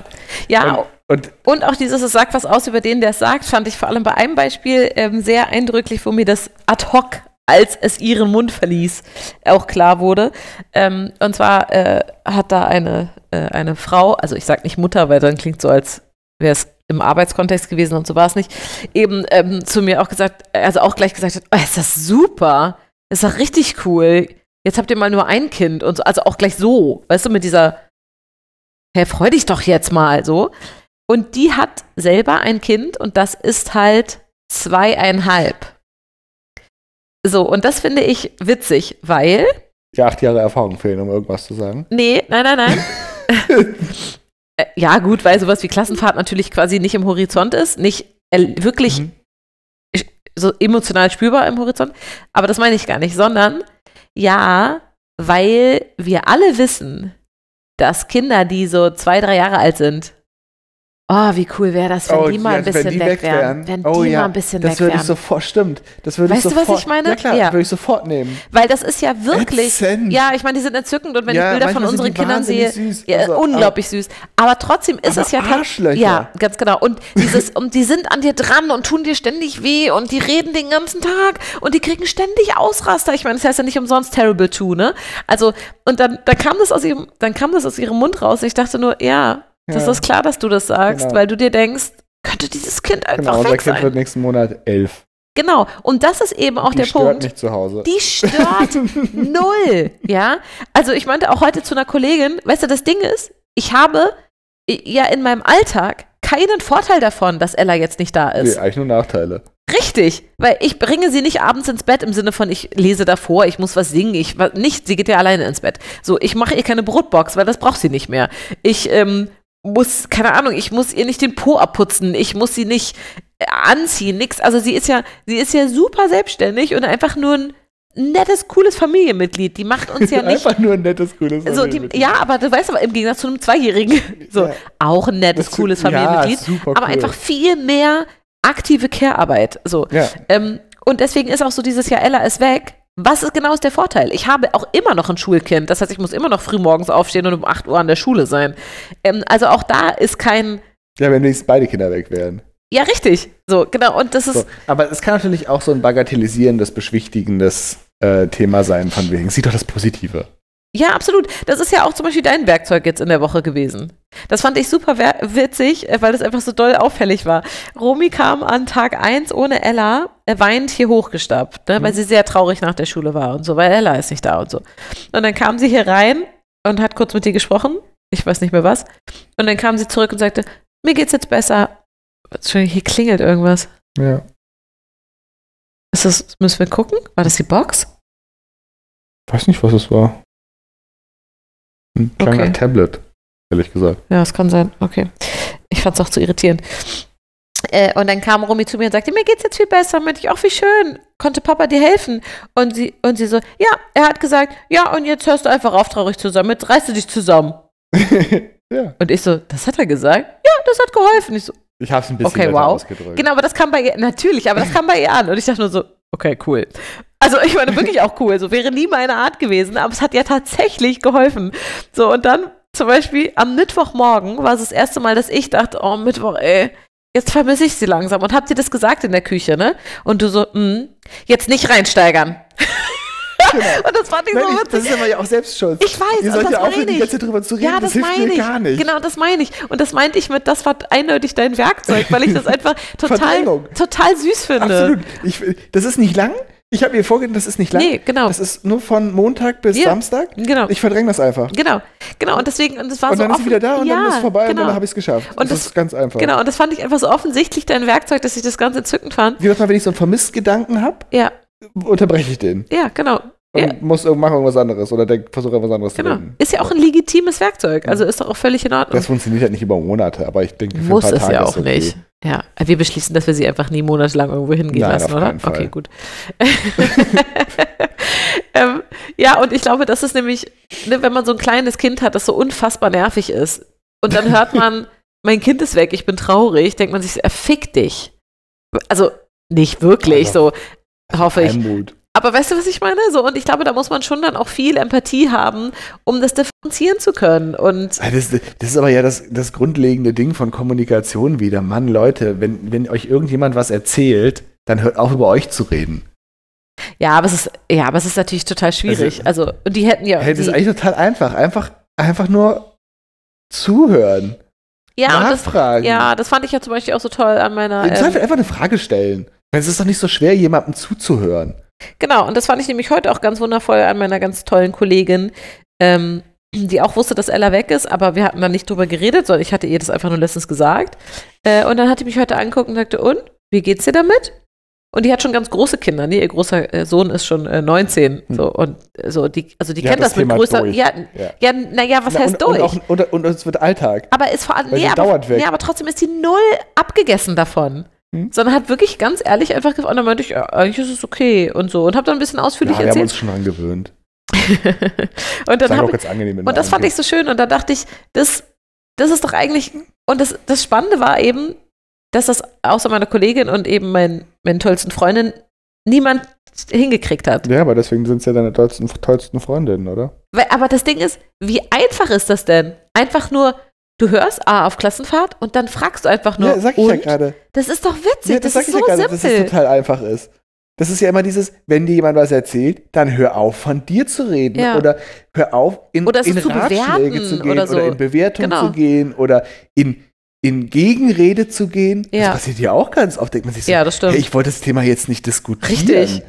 Speaker 4: Ja,
Speaker 5: Und, und
Speaker 4: Und auch dieses, es sagt was aus über den, der es sagt, fand ich vor allem bei einem Beispiel ähm, sehr eindrücklich, wo mir das ad hoc, als es ihren Mund verließ, auch klar wurde. Ähm, und zwar äh, hat da eine, äh, eine Frau, also ich sage nicht Mutter, weil dann klingt so, als wäre es im Arbeitskontext gewesen und so war es nicht, eben ähm, zu mir auch gesagt, also auch gleich gesagt hat, oh, ist das super, ist doch richtig cool, jetzt habt ihr mal nur ein Kind und so, also auch gleich so, weißt du, mit dieser, hey, freu dich doch jetzt mal, so. Und die hat selber ein Kind und das ist halt zweieinhalb. So, und das finde ich witzig, weil.
Speaker 5: ja, acht Jahre Erfahrung fehlen, um irgendwas zu sagen.
Speaker 4: Nee, nein, nein, nein. Äh, ja, gut, weil sowas wie Klassenfahrt natürlich quasi nicht im Horizont ist, nicht er- wirklich
Speaker 5: Mhm.
Speaker 4: so emotional spürbar im Horizont. Aber das meine ich gar nicht, sondern ja, weil wir alle wissen, dass Kinder, die so zwei, drei Jahre alt sind, oh, wie cool wäre das, wenn
Speaker 5: Oh,
Speaker 4: die mal ein
Speaker 5: wenn
Speaker 4: bisschen
Speaker 5: die
Speaker 4: weg wären. Wenn
Speaker 5: Oh
Speaker 4: die
Speaker 5: ja,
Speaker 4: mal ein bisschen
Speaker 5: das
Speaker 4: weg
Speaker 5: würde
Speaker 4: wären.
Speaker 5: ich sofort, stimmt. Das würde
Speaker 4: Weißt
Speaker 5: ich
Speaker 4: du, was
Speaker 5: sofort,
Speaker 4: ich meine?
Speaker 5: Ja klar,
Speaker 4: Ja.
Speaker 5: das würde ich sofort nehmen.
Speaker 4: Weil das ist ja wirklich.
Speaker 5: Ätzend.
Speaker 4: Ja, ich meine, die sind entzückend und wenn
Speaker 5: Ja,
Speaker 4: ich Bilder von
Speaker 5: manchmal sind
Speaker 4: unseren
Speaker 5: die
Speaker 4: Kindern sehe,
Speaker 5: wahnsinnig süß.
Speaker 4: ja,
Speaker 5: Also, aber-
Speaker 4: unglaublich süß. Aber trotzdem ist
Speaker 5: Aber
Speaker 4: es ja tat-
Speaker 5: Arschlöcher.
Speaker 4: Ja, ganz genau. Und dieses, und die sind an dir dran und tun dir ständig weh und die reden den ganzen Tag und die kriegen ständig Ausraster. Ich meine, das heißt ja nicht umsonst Terrible Two, ne? Also, und dann, dann kam das aus ihrem, dann kam das aus ihrem Mund raus. Und ich dachte nur, ja, das
Speaker 5: Ja.
Speaker 4: ist klar, dass du das sagst,
Speaker 5: Genau.
Speaker 4: weil du dir denkst, könnte dieses Kind einfach
Speaker 5: Genau, unser
Speaker 4: weg
Speaker 5: Kind
Speaker 4: sein.
Speaker 5: wird nächsten Monat elf.
Speaker 4: Genau. Und das ist eben auch
Speaker 5: die
Speaker 4: der
Speaker 5: stört
Speaker 4: Punkt
Speaker 5: mich zu Hause.
Speaker 4: die stört null, ja. Also ich meinte auch heute zu einer Kollegin, weißt du, das Ding ist, ich habe i- ja in meinem Alltag keinen Vorteil davon, dass Ella jetzt nicht da
Speaker 5: nee,
Speaker 4: ist.
Speaker 5: eigentlich nur Nachteile.
Speaker 4: Richtig, weil ich bringe sie nicht abends ins Bett im Sinne von ich lese davor, ich muss was singen, ich wa- nicht, sie geht ja alleine ins Bett. So, ich mache ihr keine Brotbox, weil das braucht sie nicht mehr. Ich ähm, muss keine Ahnung, ich muss ihr nicht den Po abputzen, ich muss sie nicht äh, anziehen, nix. Also sie ist ja, sie ist ja super selbstständig und einfach nur ein nettes, cooles Familienmitglied. Die macht uns ja nicht
Speaker 5: Einfach nur ein nettes, cooles
Speaker 4: so, die,
Speaker 5: Familienmitglied.
Speaker 4: ja, aber du weißt aber im Gegensatz zu einem Zweijährigen, so
Speaker 5: Ja.
Speaker 4: auch ein nettes,
Speaker 5: Das-
Speaker 4: cooles
Speaker 5: ja,
Speaker 4: Familienmitglied,
Speaker 5: super
Speaker 4: aber
Speaker 5: cool.
Speaker 4: einfach viel mehr aktive Care-Arbeit. So.
Speaker 5: Ja.
Speaker 4: Ähm, und deswegen ist auch so dieses Jahr Ella ist weg. Was ist genau ist der Vorteil? Ich habe auch immer noch ein Schulkind. Das heißt, ich muss immer noch früh morgens aufstehen und um 8 Uhr an der Schule sein. Ähm, also auch da ist kein,
Speaker 5: ja, wenn wenigstens beide Kinder weg wären.
Speaker 4: Ja, richtig. So, genau. Und das ist,
Speaker 5: So. Aber es kann natürlich auch so ein bagatellisierendes, beschwichtigendes äh, Thema sein, von wegen, sieh doch das Positive.
Speaker 4: ja, absolut. Das ist ja auch zum Beispiel dein Werkzeug jetzt in der Woche gewesen. Das fand ich super wer- witzig, äh, weil das einfach so doll auffällig war. Romy kam an Tag 1 ohne Ella äh, weinend hier hochgestapft, ne, weil sie sehr traurig nach der Schule war und so, weil Ella ist nicht da und so. Und dann kam sie hier rein und hat kurz mit dir gesprochen. Ich weiß nicht mehr was. Und dann kam sie zurück und sagte, mir geht's jetzt besser. Entschuldigung, hier klingelt irgendwas.
Speaker 5: Ja.
Speaker 4: Ist das, müssen wir gucken? War das die Box?
Speaker 5: Weiß nicht, was es war. Ein kleiner
Speaker 4: Okay.
Speaker 5: Tablet, ehrlich gesagt.
Speaker 4: Ja, es kann sein. Okay. Ich fand's auch zu irritierend. Äh, und dann kam Romy zu mir und sagte, mir geht's jetzt viel besser. Und meinte ich, ach, wie schön. Konnte Papa dir helfen? Und sie, und sie so, ja, er hat gesagt, ja, und jetzt hörst du einfach auf, traurig zu sein. Jetzt reißt du dich zusammen.
Speaker 5: ja.
Speaker 4: Und ich so, das hat er gesagt? Ja, das hat geholfen. Ich so,
Speaker 5: Ich hab's ein bisschen
Speaker 4: Okay,
Speaker 5: besser
Speaker 4: wow.
Speaker 5: ausgedrückt.
Speaker 4: Genau, aber das kam bei ihr, natürlich, aber das kam bei ihr an. Und ich dachte nur so, okay, cool. Also ich meine wirklich auch cool, so wäre nie meine Art gewesen, aber es hat ja tatsächlich geholfen. So und dann zum Beispiel am Mittwochmorgen war es das erste Mal, dass ich dachte, oh Mittwoch, ey, jetzt vermisse ich sie langsam. Und hab dir das gesagt in der Küche, ne? Und du so, hm, jetzt nicht reinsteigern. und das fand ich
Speaker 5: Nein,
Speaker 4: so
Speaker 5: Genau. ich,
Speaker 4: witzig.
Speaker 5: das ist aber ja auch selbst schuld.
Speaker 4: Ich weiß,
Speaker 5: Ihr
Speaker 4: und
Speaker 5: sollt
Speaker 4: das
Speaker 5: ja
Speaker 4: meine
Speaker 5: aufhören, die
Speaker 4: ich.
Speaker 5: ganze Zeit drüber zu reden.
Speaker 4: Ja, das,
Speaker 5: das, hilft
Speaker 4: meine
Speaker 5: mir
Speaker 4: ich.
Speaker 5: gar nicht.
Speaker 4: Genau, das meine ich. Und das meinte ich mit, das war eindeutig dein Werkzeug, weil ich das einfach total,
Speaker 5: Verdrängung.
Speaker 4: total süß finde.
Speaker 5: Absolut. Ich, das ist nicht lang. Ich habe mir vorgegeben, das ist nicht lang.
Speaker 4: Nee, genau.
Speaker 5: Das ist nur von Montag bis
Speaker 4: Ja.
Speaker 5: Samstag.
Speaker 4: Genau.
Speaker 5: Ich verdränge das einfach.
Speaker 4: Genau, genau. Und deswegen, und das war
Speaker 5: Und
Speaker 4: so
Speaker 5: dann ist sie
Speaker 4: offen-
Speaker 5: wieder da und dann
Speaker 4: Ja,
Speaker 5: ist es vorbei
Speaker 4: genau.
Speaker 5: und dann habe ich es geschafft.
Speaker 4: Und
Speaker 5: das
Speaker 4: das-
Speaker 5: ist ganz einfach.
Speaker 4: Genau, und das fand ich einfach so offensichtlich dein Werkzeug, dass ich das ganz entzückend fand.
Speaker 5: Wie gesagt, wenn ich so einen Vermisstgedanken habe,
Speaker 4: Ja,
Speaker 5: unterbreche ich den
Speaker 4: ja, genau.
Speaker 5: und
Speaker 4: Ja.
Speaker 5: muss irgend- mache irgendwas anderes oder denk- versuche irgendwas anderes
Speaker 4: Genau.
Speaker 5: zu denken.
Speaker 4: Ist ja auch ein legitimes Werkzeug, also ist doch auch völlig in Ordnung.
Speaker 5: Das funktioniert halt nicht über Monate, aber ich denke, für
Speaker 4: Muss
Speaker 5: ein paar
Speaker 4: es
Speaker 5: Tage
Speaker 4: ja
Speaker 5: ist
Speaker 4: auch
Speaker 5: okay.
Speaker 4: nicht. Ja, also wir beschließen, dass wir sie einfach nie monatelang irgendwo hingehen
Speaker 5: Nein,
Speaker 4: lassen,
Speaker 5: auf
Speaker 4: oder?
Speaker 5: keinen Fall.
Speaker 4: Okay, gut. ähm, ja, und ich glaube, das ist nämlich, ne, wenn man so ein kleines Kind hat, das so unfassbar nervig ist und dann hört man, mein Kind ist weg, ich bin traurig, denkt man sich, er fick dich. Also nicht wirklich,
Speaker 5: Also,
Speaker 4: so hoffe ich.
Speaker 5: Einmut.
Speaker 4: Aber weißt du, was ich meine? So, und ich glaube, da muss man schon dann auch viel Empathie haben, um das differenzieren zu können. Und
Speaker 5: Ah, Das, das ist aber ja das, das grundlegende Ding von Kommunikation wieder. Mann, Leute, wenn, wenn euch irgendjemand was erzählt, dann hört auf, über euch zu reden.
Speaker 4: Ja, aber es ist, ja, aber es ist natürlich total schwierig. Also, und die hätten ja.
Speaker 5: Hey, das ist
Speaker 4: die,
Speaker 5: eigentlich total einfach. Einfach, einfach nur zuhören,
Speaker 4: ja, und das,
Speaker 5: nachfragen.
Speaker 4: ja, das fand ich ja zum Beispiel auch so toll an meiner.
Speaker 5: Im Zweifel
Speaker 4: Ähm,
Speaker 5: einfach eine Frage stellen. Ich meine, Es ist doch nicht so schwer, jemandem zuzuhören.
Speaker 4: genau, und das fand ich nämlich heute auch ganz wundervoll an meiner ganz tollen Kollegin, ähm, die auch wusste, dass Ella weg ist, aber wir hatten dann nicht drüber geredet, sondern ich hatte ihr das einfach nur letztens gesagt. Äh, und dann hat die mich heute angeguckt und sagte, und, wie geht's dir damit? Und die hat schon ganz große Kinder, ne? Ihr großer äh, Sohn ist schon äh, 19. So, und äh, so, die, also die
Speaker 5: Hm. Ja,
Speaker 4: kennt
Speaker 5: das
Speaker 4: das, mit
Speaker 5: Thema
Speaker 4: größer.
Speaker 5: durch.
Speaker 4: Ja,
Speaker 5: Ja.
Speaker 4: ja, naja, was
Speaker 5: Na,
Speaker 4: heißt
Speaker 5: und,
Speaker 4: durch?
Speaker 5: Und, auch, und, und es wird Alltag.
Speaker 4: Aber ist vor allem,
Speaker 5: Weil
Speaker 4: nee,
Speaker 5: sie
Speaker 4: aber,
Speaker 5: dauert weg.
Speaker 4: nee, aber trotzdem ist die null abgegessen davon.
Speaker 5: Hm?
Speaker 4: Sondern hat wirklich ganz ehrlich einfach gefragt, und dann meinte ich, ja, eigentlich ist es okay und so. Und habe dann ein bisschen ausführlich
Speaker 5: Ja, wir haben uns
Speaker 4: erzählt.
Speaker 5: schon dran gewöhnt.
Speaker 4: und dann
Speaker 5: Sag
Speaker 4: hab
Speaker 5: auch
Speaker 4: ich,
Speaker 5: jetzt angenehm. wenn
Speaker 4: und
Speaker 5: man
Speaker 4: das fand ich
Speaker 5: angeht.
Speaker 4: so schön. Und da dachte ich, das, das ist doch eigentlich, und das, das Spannende war eben, dass das außer meiner Kollegin und eben mein, meinen tollsten Freundin niemand hingekriegt hat.
Speaker 5: Ja, aber deswegen sind es ja deine tollsten, tollsten Freundinnen, oder?
Speaker 4: Weil, aber das Ding ist, wie einfach ist das denn? Einfach nur, du hörst A auf Klassenfahrt und dann fragst du einfach nur.
Speaker 5: ja, sag ich ja
Speaker 4: und?
Speaker 5: gerade.
Speaker 4: Das ist doch witzig.
Speaker 5: Ja,
Speaker 4: das,
Speaker 5: sag
Speaker 4: ist so
Speaker 5: ja gerade, dass es
Speaker 4: simpel.
Speaker 5: total einfach ist. Das ist ja immer dieses, wenn dir jemand was erzählt, dann hör auf, von dir zu reden.
Speaker 4: Ja.
Speaker 5: Oder hör auf, in,
Speaker 4: Oder es
Speaker 5: in
Speaker 4: zu
Speaker 5: Ratschläge
Speaker 4: bewerten
Speaker 5: zu gehen
Speaker 4: oder so.
Speaker 5: in Bewertung
Speaker 4: Genau.
Speaker 5: zu gehen oder in, in Gegenrede zu gehen.
Speaker 4: Ja.
Speaker 5: Das passiert ja auch ganz oft. Denkt man sich so,
Speaker 4: Ja, das stimmt.
Speaker 5: Hey, ich wollte das Thema jetzt nicht diskutieren.
Speaker 4: Richtig.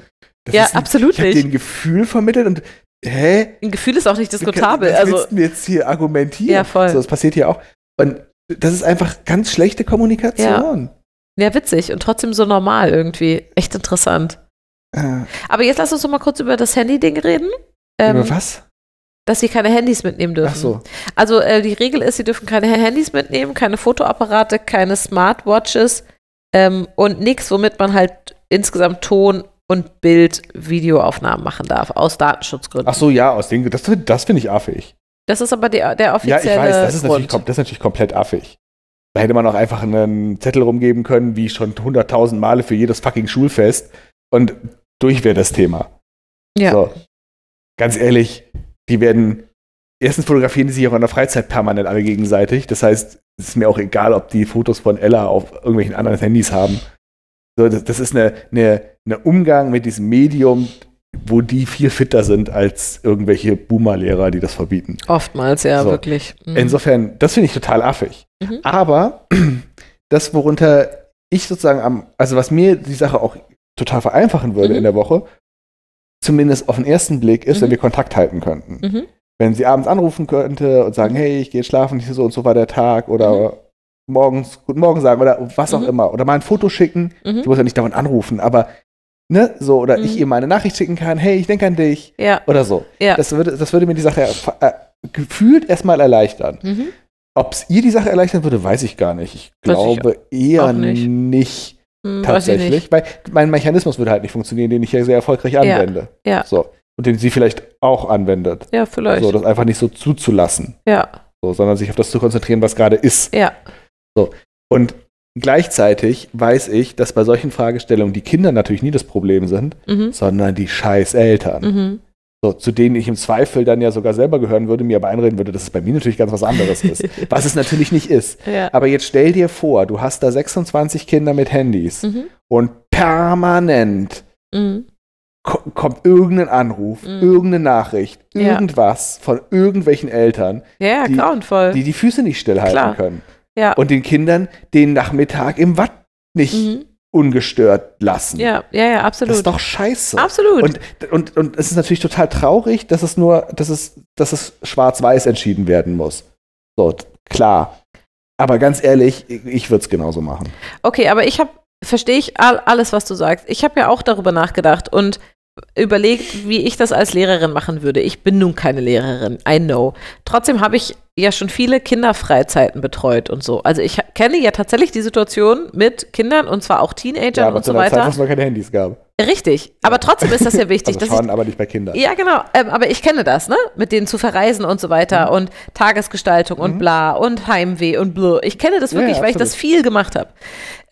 Speaker 5: Das
Speaker 4: ja,
Speaker 5: ist ein,
Speaker 4: absolut
Speaker 5: ich habe
Speaker 4: nicht.
Speaker 5: den Gefühl vermittelt und hä?
Speaker 4: Ein Gefühl ist auch nicht
Speaker 5: Du kannst-
Speaker 4: diskutabel.
Speaker 5: Was
Speaker 4: Also,
Speaker 5: willst du denn jetzt hier argumentieren?
Speaker 4: Ja, voll.
Speaker 5: So, das passiert hier auch. Und das ist einfach ganz schlechte Kommunikation.
Speaker 4: ja, witzig und trotzdem so normal irgendwie. Echt interessant.
Speaker 5: Äh,
Speaker 4: Aber jetzt lass uns doch mal kurz über das Handy-Ding reden.
Speaker 5: über
Speaker 4: Ähm,
Speaker 5: was?
Speaker 4: dass wir keine Handys mitnehmen dürfen.
Speaker 5: Ach so.
Speaker 4: Also äh, die Regel ist, sie dürfen keine Handys mitnehmen, keine Fotoapparate, keine Smartwatches ähm, und nichts, womit man halt insgesamt Ton und Bild Videoaufnahmen machen darf, aus Datenschutzgründen.
Speaker 5: Ach so, ja, aus dem, das, das finde ich affig.
Speaker 4: Das ist aber der, der
Speaker 5: Ja, ich
Speaker 4: offizielle
Speaker 5: weiß, das ist, natürlich,
Speaker 4: Grund.
Speaker 5: kom- das ist natürlich komplett affig. Da hätte man auch einfach einen Zettel rumgeben können, wie schon hunderttausend Male für jedes fucking Schulfest und durch wäre das Thema.
Speaker 4: Ja.
Speaker 5: So. Ganz ehrlich, die werden erstens fotografieren die sich auch in der Freizeit permanent alle gegenseitig. Das heißt, es ist mir auch egal, ob die Fotos von Ella auf irgendwelchen anderen Handys haben. So, das, das ist eine, eine, eine Umgang mit diesem Medium, wo die viel fitter sind als irgendwelche Boomer-Lehrer, die das verbieten.
Speaker 4: Oftmals, ja,
Speaker 5: So.
Speaker 4: wirklich. Mhm.
Speaker 5: Insofern, das finde ich total affig.
Speaker 4: Mhm.
Speaker 5: Aber das, worunter ich sozusagen am, also was mir die Sache auch total vereinfachen würde
Speaker 4: Mhm.
Speaker 5: in der Woche, zumindest auf den ersten Blick, ist, wenn
Speaker 4: Mhm.
Speaker 5: wir Kontakt halten könnten.
Speaker 4: Mhm.
Speaker 5: Wenn sie abends anrufen könnte und sagen, hey, ich gehe jetzt schlafen, ich so und so war der Tag oder morgens guten Morgen sagen oder was auch
Speaker 4: Mhm.
Speaker 5: immer. Oder mal ein Foto schicken.
Speaker 4: Mhm.
Speaker 5: Sie muss ja nicht dauernd anrufen, aber ne, so, oder
Speaker 4: Mhm.
Speaker 5: ich ihr mal eine Nachricht schicken kann, hey, ich denke an dich.
Speaker 4: Ja,
Speaker 5: Oder so.
Speaker 4: ja.
Speaker 5: Das würde, das würde mir die Sache äh, gefühlt erstmal erleichtern.
Speaker 4: mhm.
Speaker 5: Ob es ihr die Sache erleichtern würde, weiß ich gar nicht. Ich
Speaker 4: Weiß ich
Speaker 5: glaube eher
Speaker 4: auch nicht.
Speaker 5: nicht,
Speaker 4: Hm, weiß ich
Speaker 5: tatsächlich,
Speaker 4: nicht.
Speaker 5: weil mein Mechanismus würde halt nicht funktionieren, den ich ja sehr erfolgreich anwende.
Speaker 4: ja.
Speaker 5: So. Und den sie vielleicht auch anwendet.
Speaker 4: Ja, vielleicht.
Speaker 5: So, das einfach nicht so zuzulassen,
Speaker 4: ja,
Speaker 5: so, sondern sich auf das zu konzentrieren, was gerade ist.
Speaker 4: ja.
Speaker 5: Und gleichzeitig weiß ich, dass bei solchen Fragestellungen die Kinder natürlich nie das Problem sind,
Speaker 4: Mhm.
Speaker 5: sondern die scheiß Eltern.
Speaker 4: Mhm.
Speaker 5: So, zu denen ich im Zweifel dann ja sogar selber gehören würde, mir aber einreden würde, dass es bei mir natürlich ganz was anderes ist. was es natürlich nicht ist.
Speaker 4: Ja.
Speaker 5: Aber jetzt stell dir vor, du hast da 26 Kinder mit Handys
Speaker 4: Mhm.
Speaker 5: und permanent
Speaker 4: Mhm.
Speaker 5: ko kommt irgendein Anruf,
Speaker 4: Mhm.
Speaker 5: irgendeine Nachricht,
Speaker 4: Ja.
Speaker 5: irgendwas von irgendwelchen Eltern,
Speaker 4: Ja, ja,
Speaker 5: Die-
Speaker 4: grauenvoll.
Speaker 5: die die Füße nicht stillhalten
Speaker 4: Klar.
Speaker 5: können
Speaker 4: ja.
Speaker 5: und den Kindern den Nachmittag im Watt nicht
Speaker 4: mhm.
Speaker 5: ungestört lassen.
Speaker 4: ja, ja, ja, absolut.
Speaker 5: Das ist doch scheiße.
Speaker 4: absolut.
Speaker 5: Und, und, und es ist natürlich total traurig, dass es nur, dass es, dass es schwarz-weiß entschieden werden muss. So, t- klar. Aber ganz ehrlich, ich, ich würde es genauso machen.
Speaker 4: Okay, aber ich habe, verstehe ich all, alles, was du sagst. Ich habe ja auch darüber nachgedacht und überlegt, wie ich das als Lehrerin machen würde. Ich bin nun keine Lehrerin, I know. Trotzdem habe ich ja schon viele Kinderfreizeiten betreut und so. Also ich ha- kenne ja tatsächlich die Situation mit Kindern und zwar auch Teenagern und so
Speaker 5: einer Zeit, wo
Speaker 4: weiter.
Speaker 5: es noch keine Handys gab.
Speaker 4: Richtig, aber trotzdem ist das ja wichtig,
Speaker 5: Also
Speaker 4: dass ich
Speaker 5: schon, aber nicht bei Kindern.
Speaker 4: ja, genau. Ähm, aber ich kenne das, ne? Mit denen zu verreisen und so weiter
Speaker 5: Mhm.
Speaker 4: und Tagesgestaltung und bla und Heimweh und blö. Ich kenne das
Speaker 5: Ja,
Speaker 4: wirklich,
Speaker 5: ja,
Speaker 4: weil ich das viel gemacht habe.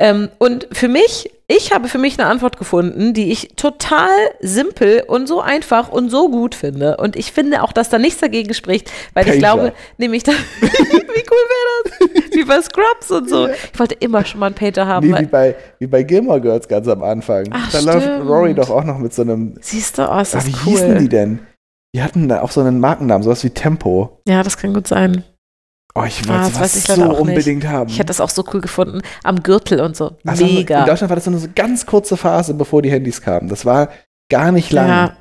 Speaker 4: Ähm, und für mich, ich habe für mich eine Antwort gefunden, die ich total simpel und so einfach und so gut finde. Und ich finde auch, dass da nichts dagegen spricht, weil ich
Speaker 5: Pager.
Speaker 4: glaube, nämlich da, wie cool wäre das? Wie bei Scrubs und so. Ich wollte immer schon mal einen Pager haben.
Speaker 5: Nee, wie
Speaker 4: weil,
Speaker 5: bei, wie bei Gilmore Girls ganz am Anfang.
Speaker 4: Ach,
Speaker 5: da
Speaker 4: stimmt.
Speaker 5: läuft Rory doch auch noch mit so einem.
Speaker 4: siehst du, oh, ist das
Speaker 5: wie
Speaker 4: cool.
Speaker 5: hießen die denn? Die hatten da auch so einen Markennamen, sowas wie Tempo.
Speaker 4: Ja, das kann gut sein.
Speaker 5: Oh, ich
Speaker 4: Ah,
Speaker 5: wollte
Speaker 4: das weiß
Speaker 5: sowas
Speaker 4: ich leider
Speaker 5: so
Speaker 4: auch nicht.
Speaker 5: unbedingt haben.
Speaker 4: Ich hätte das auch so cool gefunden. Am Gürtel und so.
Speaker 5: Also In
Speaker 4: Mega.
Speaker 5: Deutschland war das so eine so ganz kurze Phase, bevor die Handys kamen. Das war gar nicht lang.
Speaker 4: Ja,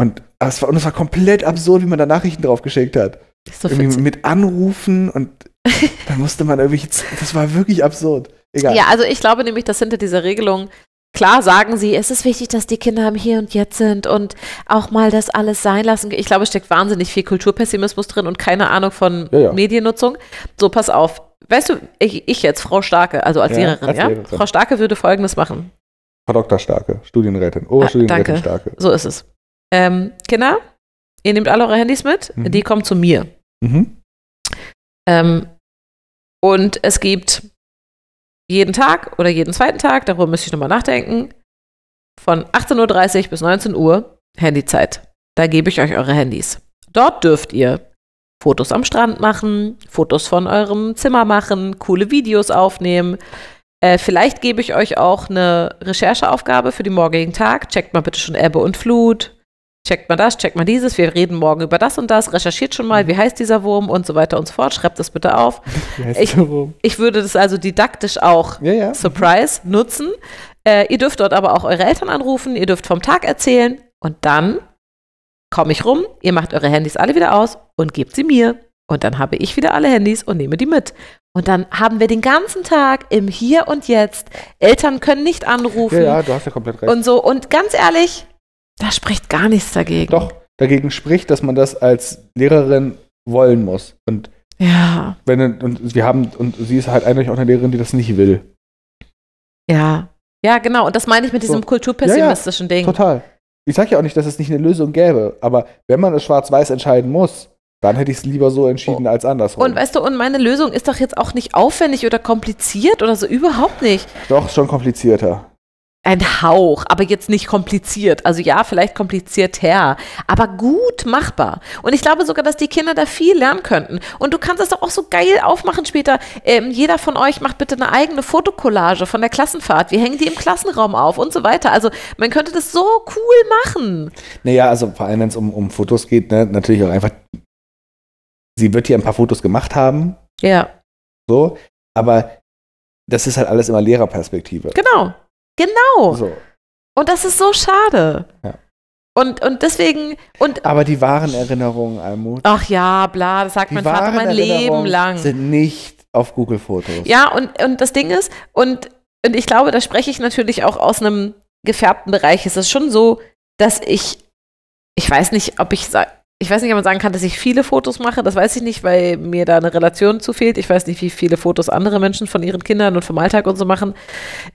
Speaker 5: Und, aber es war, und es war komplett absurd, wie man da Nachrichten drauf geschickt hat.
Speaker 4: ist so
Speaker 5: Irgendwie
Speaker 4: witzig.
Speaker 5: mit Anrufen und dann musste man irgendwelche. Z- Das war wirklich absurd. Egal.
Speaker 4: Ja, also ich glaube nämlich, dass hinter dieser Regelung klar sagen sie, es ist wichtig, dass die Kinder im Hier und Jetzt sind und auch mal das alles sein lassen. Ich glaube, es steckt wahnsinnig viel Kulturpessimismus drin und keine Ahnung von
Speaker 5: Ja, ja.
Speaker 4: Mediennutzung. So, pass auf. Weißt du, ich, ich jetzt, Frau Starke, also als
Speaker 5: Ja,
Speaker 4: Lehrerin,
Speaker 5: als
Speaker 4: ja?
Speaker 5: Lehrerin.
Speaker 4: Frau Starke würde Folgendes machen.
Speaker 5: Frau Dr. Starke, Studienrätin. Oh,
Speaker 4: Ah,
Speaker 5: Studienrätin
Speaker 4: danke.
Speaker 5: Starke.
Speaker 4: So ist es. Ähm, Kinder, ihr nehmt alle eure Handys mit,
Speaker 5: Mhm.
Speaker 4: die kommen zu mir.
Speaker 5: Mhm.
Speaker 4: Ähm, und es gibt jeden Tag oder jeden zweiten Tag, darüber müsste ich nochmal nachdenken, von 18.30 Uhr bis 19 Uhr Handyzeit. Da gebe ich euch eure Handys. Dort dürft ihr Fotos am Strand machen, Fotos von eurem Zimmer machen, coole Videos aufnehmen. Äh, vielleicht gebe ich euch auch eine Rechercheaufgabe für den morgigen Tag. Checkt mal bitte schon Ebbe und Flut. Checkt mal das, checkt mal dieses. Wir reden morgen über das und das. Recherchiert schon
Speaker 5: Mhm.
Speaker 4: mal, wie heißt dieser Wurm und so weiter und so fort. Schreibt das bitte auf.
Speaker 5: Wie heißt
Speaker 4: Ich-
Speaker 5: der Wurm?
Speaker 4: Ich würde das also didaktisch auch
Speaker 5: Ja, ja.
Speaker 4: Surprise nutzen. Äh, ihr dürft dort aber auch eure Eltern anrufen, ihr dürft vom Tag erzählen und dann komme ich rum, ihr macht eure Handys alle wieder aus und gebt sie mir. Und dann habe ich wieder alle Handys und nehme die mit. Und dann haben wir den ganzen Tag im Hier und Jetzt. Eltern können nicht
Speaker 5: Ja,
Speaker 4: anrufen
Speaker 5: ja, du hast ja komplett recht.
Speaker 4: und so. Und ganz ehrlich, da spricht gar nichts dagegen.
Speaker 5: Doch, dagegen spricht, dass man das als Lehrerin wollen muss. Und
Speaker 4: Ja,
Speaker 5: wenn und wir haben und sie ist halt eindeutig auch eine Lehrerin, die das nicht will.
Speaker 4: ja. Ja, genau. Und das meine ich mit diesem
Speaker 5: So.
Speaker 4: kulturpessimistischen Ding.
Speaker 5: Total. Ich sage ja auch nicht, dass es nicht eine Lösung gäbe, aber wenn man es schwarz-weiß entscheiden muss, dann hätte ich es lieber so entschieden als andersrum.
Speaker 4: Oh. Und weißt du, und meine Lösung ist doch jetzt auch nicht aufwendig oder kompliziert oder so, überhaupt nicht.
Speaker 5: Doch, schon komplizierter.
Speaker 4: Ein Hauch, aber jetzt nicht kompliziert. Also ja, vielleicht komplizierter, aber gut machbar. Und ich glaube sogar, dass die Kinder da viel lernen könnten. Und du kannst das doch auch so geil aufmachen später. Ähm, jeder von euch macht bitte eine eigene Fotokollage von der Klassenfahrt. Wir hängen die im Klassenraum auf und so weiter. Also man könnte das so cool machen.
Speaker 5: Naja, also vor allem, wenn es um, um Fotos geht, ne, natürlich auch einfach. Sie wird hier ein paar Fotos gemacht haben,
Speaker 4: Ja,
Speaker 5: so, aber das ist halt alles immer Lehrerperspektive.
Speaker 4: genau. Genau.
Speaker 5: So.
Speaker 4: Und das ist so schade.
Speaker 5: Ja.
Speaker 4: Und, und deswegen, und
Speaker 5: Aber die wahren Erinnerungen, Almut,
Speaker 4: ach ja, bla, das sagt
Speaker 5: die
Speaker 4: mein Vater
Speaker 5: wahren
Speaker 4: mein Leben
Speaker 5: Erinnerungen
Speaker 4: lang.
Speaker 5: sind nicht auf Google-Fotos.
Speaker 4: Ja, und, und das Ding ist, und, und ich glaube, da spreche ich natürlich auch aus einem gefärbten Bereich. Es ist schon so, dass ich, ich weiß nicht, ob ich, sa- ich weiß nicht, ob man sagen kann, dass ich viele Fotos mache. Das weiß ich nicht, weil mir da eine Relation zu fehlt. Ich weiß nicht, wie viele Fotos andere Menschen von ihren Kindern und vom Alltag und so machen.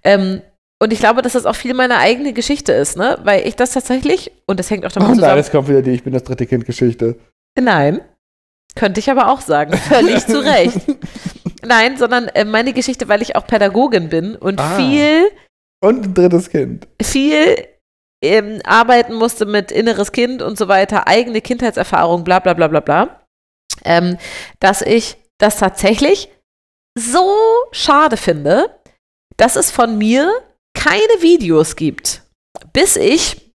Speaker 4: Ähm, und ich glaube, dass das auch viel meine eigene Geschichte ist, ne? Weil ich das tatsächlich, und das hängt auch damit
Speaker 5: Oh nein,
Speaker 4: zusammen.
Speaker 5: das kommt wieder die Ich bin das dritte Kind-Geschichte.
Speaker 4: Nein. Könnte ich aber auch sagen. Völlig zu Recht. Nein, sondern äh, meine Geschichte, weil ich auch Pädagogin bin und
Speaker 5: Ah.
Speaker 4: viel,
Speaker 5: Und ein drittes Kind.
Speaker 4: viel ähm, arbeiten musste mit inneres Kind und so weiter, eigene Kindheitserfahrung, bla bla bla bla bla, ähm, dass ich das tatsächlich so schade finde, dass es von mir keine Videos gibt, bis ich,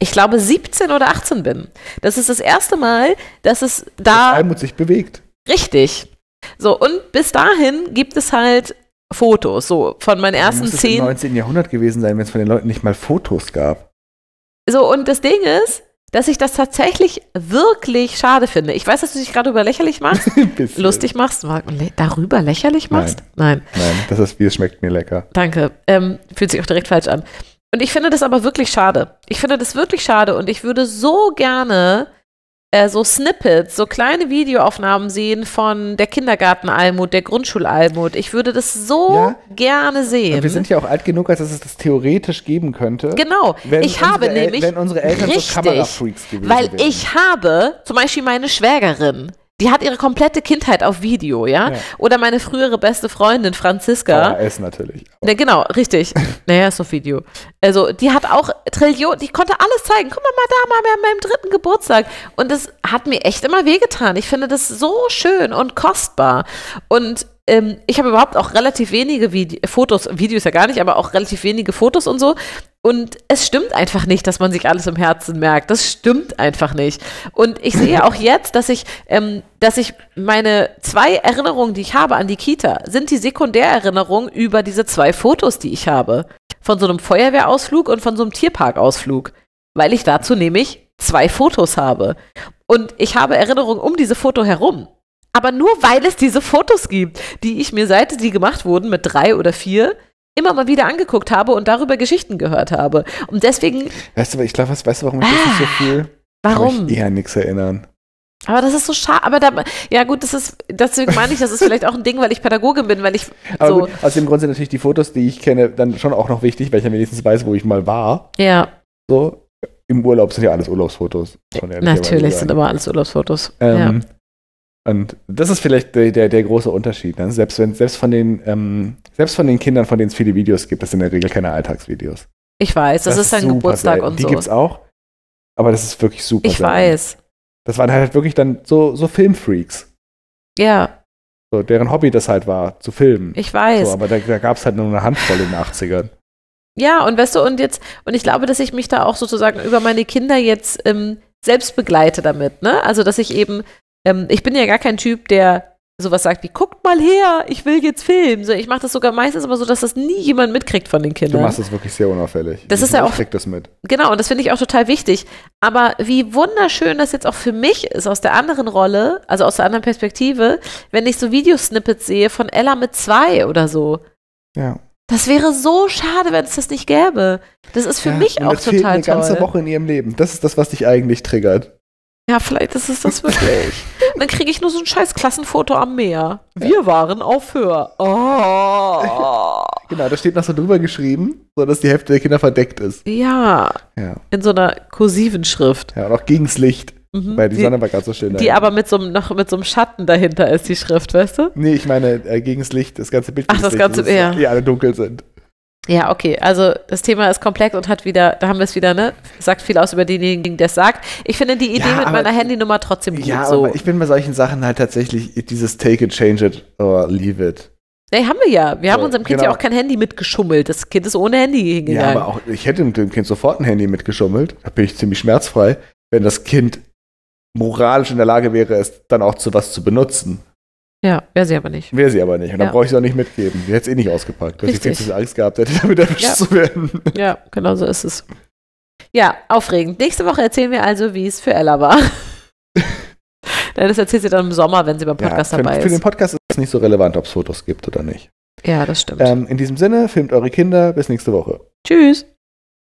Speaker 4: ich glaube, 17 oder 18 bin. Das ist das erste Mal, dass es da.
Speaker 5: Dass Almut sich bewegt.
Speaker 4: Richtig. So, und bis dahin gibt es halt Fotos, so von meinen ersten
Speaker 5: Also muss es im
Speaker 4: zehn.
Speaker 5: 19. Jahrhundert gewesen sein, wenn es von den Leuten nicht mal Fotos gab.
Speaker 4: So, und das Ding ist, dass ich das tatsächlich wirklich schade finde. Ich weiß, dass du dich gerade über lächerlich machst,
Speaker 5: Ein bisschen.
Speaker 4: lustig machst, ma- lä- darüber lächerlich machst? Nein,
Speaker 5: Nein, das ist wie es schmeckt mir lecker.
Speaker 4: danke. Ähm, fühlt sich auch direkt falsch an. Und ich finde das aber wirklich schade. Ich finde das wirklich schade und ich würde so gerne äh, so Snippets, so kleine Videoaufnahmen sehen von der Kindergartenalmut, der Grundschulalmut. Ich würde das so
Speaker 5: Ja.
Speaker 4: gerne sehen.
Speaker 5: Und wir sind ja auch alt genug, als dass es das theoretisch geben könnte.
Speaker 4: Genau.
Speaker 5: Wenn
Speaker 4: ich habe
Speaker 5: unsere El-
Speaker 4: nämlich.
Speaker 5: wenn unsere Eltern so Kamerafreaks gewesen
Speaker 4: Weil
Speaker 5: wären.
Speaker 4: ich habe zum Beispiel meine Schwägerin. Die hat ihre komplette Kindheit auf Video, ja?
Speaker 5: Ja.
Speaker 4: Oder meine frühere beste Freundin Franziska.
Speaker 5: VHS natürlich.
Speaker 4: Ne, genau, richtig. Naja, ist auf Video. Also, die hat auch Trillion, die konnte alles zeigen. Guck mal, mal da, mal mehr an meinem dritten Geburtstag. Und das hat mir echt immer wehgetan. Ich finde das so schön und kostbar. Und ähm, ich habe überhaupt auch relativ wenige Vide Fotos, Videos ja gar nicht, aber auch relativ wenige Fotos und so. Und es stimmt einfach nicht, dass man sich alles im Herzen merkt. Das stimmt einfach nicht. Und ich sehe auch jetzt, dass ich, ähm, dass ich meine zwei Erinnerungen, die ich habe an die Kita, sind die Sekundärerinnerungen über diese zwei Fotos, die ich habe. Von so einem Feuerwehrausflug und von so einem Tierparkausflug. Weil ich dazu nämlich zwei Fotos habe. Und ich habe Erinnerungen um diese Foto herum. Aber nur weil es diese Fotos gibt, die ich mir seit sie gemacht wurden mit drei oder vier immer mal wieder angeguckt habe und darüber Geschichten gehört habe. Und deswegen,
Speaker 5: Weißt du, ich eh- glaube, weißt, weißt du, warum ich das nicht so viel?
Speaker 4: Ah,
Speaker 5: Kann
Speaker 4: warum?
Speaker 5: mich eher an nichts erinnern.
Speaker 4: Aber das ist so schade. Aber da, ja gut, das ist, deswegen meine ich, das ist vielleicht auch ein Ding, weil ich Pädagogin bin, weil ich
Speaker 5: Aber
Speaker 4: so,
Speaker 5: gut, aus dem Grund sind natürlich die Fotos, die ich kenne, dann schon auch noch wichtig, weil ich ja wenigstens weiß, wo ich mal war.
Speaker 4: ja,
Speaker 5: So. Im Urlaub sind ja alles Urlaubsfotos. muss man ehrlicherweise
Speaker 4: natürlich
Speaker 5: sagen.
Speaker 4: sind immer alles Urlaubsfotos.
Speaker 5: Ähm, Und das ist vielleicht der, der, der große Unterschied. Ne? Selbst, wenn, selbst, von den, ähm, selbst von den Kindern, von denen es viele Videos gibt, das sind in der Regel keine Alltagsvideos.
Speaker 4: Ich weiß, das, ist dann
Speaker 5: super
Speaker 4: Geburtstag
Speaker 5: selten.
Speaker 4: und
Speaker 5: Die
Speaker 4: so.
Speaker 5: gibt's auch, aber das ist wirklich super.
Speaker 4: ich
Speaker 5: selten.
Speaker 4: weiß.
Speaker 5: Das waren halt wirklich dann so, so Filmfreaks,
Speaker 4: Ja,
Speaker 5: so, deren Hobby das halt war, zu filmen.
Speaker 4: ich weiß.
Speaker 5: So, aber da, da gab es halt nur eine Handvoll in den 80ern.
Speaker 4: Ja, und weißt du, und jetzt, und ich glaube, dass ich mich da auch sozusagen über meine Kinder jetzt ähm, selbst begleite damit, ne? Also, dass ich eben, ähm, ich bin ja gar kein Typ, der sowas sagt wie, guckt mal her, ich will jetzt filmen. So, ich mache das sogar meistens immer so, dass das nie jemand mitkriegt von den
Speaker 5: Du
Speaker 4: Kindern.
Speaker 5: machst das wirklich sehr unauffällig.
Speaker 4: Das
Speaker 5: Ich-
Speaker 4: ist ja
Speaker 5: ich
Speaker 4: auch-
Speaker 5: krieg das mit.
Speaker 4: Genau, und das finde ich auch total wichtig. Aber wie wunderschön das jetzt auch für mich ist, aus der anderen Rolle, also aus der anderen Perspektive, wenn ich so Videosnippets sehe von Ella mit zwei oder so.
Speaker 5: Ja.
Speaker 4: Das wäre so schade, wenn es das nicht gäbe. Das ist für
Speaker 5: ja,
Speaker 4: mich
Speaker 5: und
Speaker 4: auch
Speaker 5: das fehlt
Speaker 4: total
Speaker 5: eine ganze
Speaker 4: toll.
Speaker 5: Woche in ihrem Leben. Das ist das, was dich eigentlich triggert.
Speaker 4: Ja, vielleicht ist es das wirklich. Dann kriege ich nur so ein scheiß Klassenfoto am Meer. Wir waren auf Hör. Oh.
Speaker 5: Genau, da steht noch so drüber geschrieben, so dass die Hälfte der Kinder verdeckt ist.
Speaker 4: Ja,
Speaker 5: Ja.
Speaker 4: in so einer kursiven Schrift.
Speaker 5: Ja, und auch gegens Licht,
Speaker 4: Mhm.
Speaker 5: weil die,
Speaker 4: die,
Speaker 5: Sonne war gerade so schön.
Speaker 4: die
Speaker 5: dahin.
Speaker 4: aber mit so, einem- noch mit so einem Schatten dahinter ist, die Schrift, weißt du?
Speaker 5: Nee, ich meine, äh, gegens Licht, das ganze Bild.
Speaker 4: Ach,
Speaker 5: gegens
Speaker 4: das
Speaker 5: Licht,
Speaker 4: ganze-
Speaker 5: dass es-
Speaker 4: ja.
Speaker 5: Die alle dunkel sind.
Speaker 4: Ja, okay. Also das Thema ist komplex und hat wieder, da haben wir es wieder, ne? Sagt viel aus über denjenigen, der es sagt. Ich finde die Idee
Speaker 5: Ja,
Speaker 4: mit
Speaker 5: aber-
Speaker 4: meiner Handynummer trotzdem gut
Speaker 5: Ja,
Speaker 4: so.
Speaker 5: aber ich bin bei solchen Sachen halt tatsächlich dieses Take it, change it or leave it.
Speaker 4: nee, haben wir ja. Wir haben
Speaker 5: So,
Speaker 4: unserem Kind ja
Speaker 5: genau.
Speaker 4: auch kein Handy mitgeschummelt. Das Kind ist ohne Handy
Speaker 5: Ja,
Speaker 4: hingegangen.
Speaker 5: aber auch ich hätte mit dem Kind sofort ein Handy mitgeschummelt. Da bin ich ziemlich schmerzfrei, wenn das Kind moralisch in der Lage wäre, es dann auch zu was zu benutzen.
Speaker 4: ja, wäre sie aber nicht.
Speaker 5: Wäre sie aber nicht. Und dann
Speaker 4: Ja.
Speaker 5: brauche ich sie auch nicht mitgeben. Die hätte es eh nicht ausgepackt, weil sie viel
Speaker 4: Richtig.
Speaker 5: zu viel Angst gehabt hätte, damit erwischt
Speaker 4: Ja.
Speaker 5: zu werden.
Speaker 4: Ja, genau so ist es. Ja, aufregend. Nächste Woche erzählen wir also, wie es für Ella war. Nein, das erzählt sie dann im Sommer, wenn sie beim Podcast
Speaker 5: ja, für,
Speaker 4: dabei
Speaker 5: für
Speaker 4: ist.
Speaker 5: den Podcast ist es nicht so relevant, ob es Fotos gibt oder nicht.
Speaker 4: Ja, das stimmt.
Speaker 5: Äh, Ähm, in diesem Sinne, filmt eure Kinder. Bis nächste Woche.
Speaker 4: Tschüss.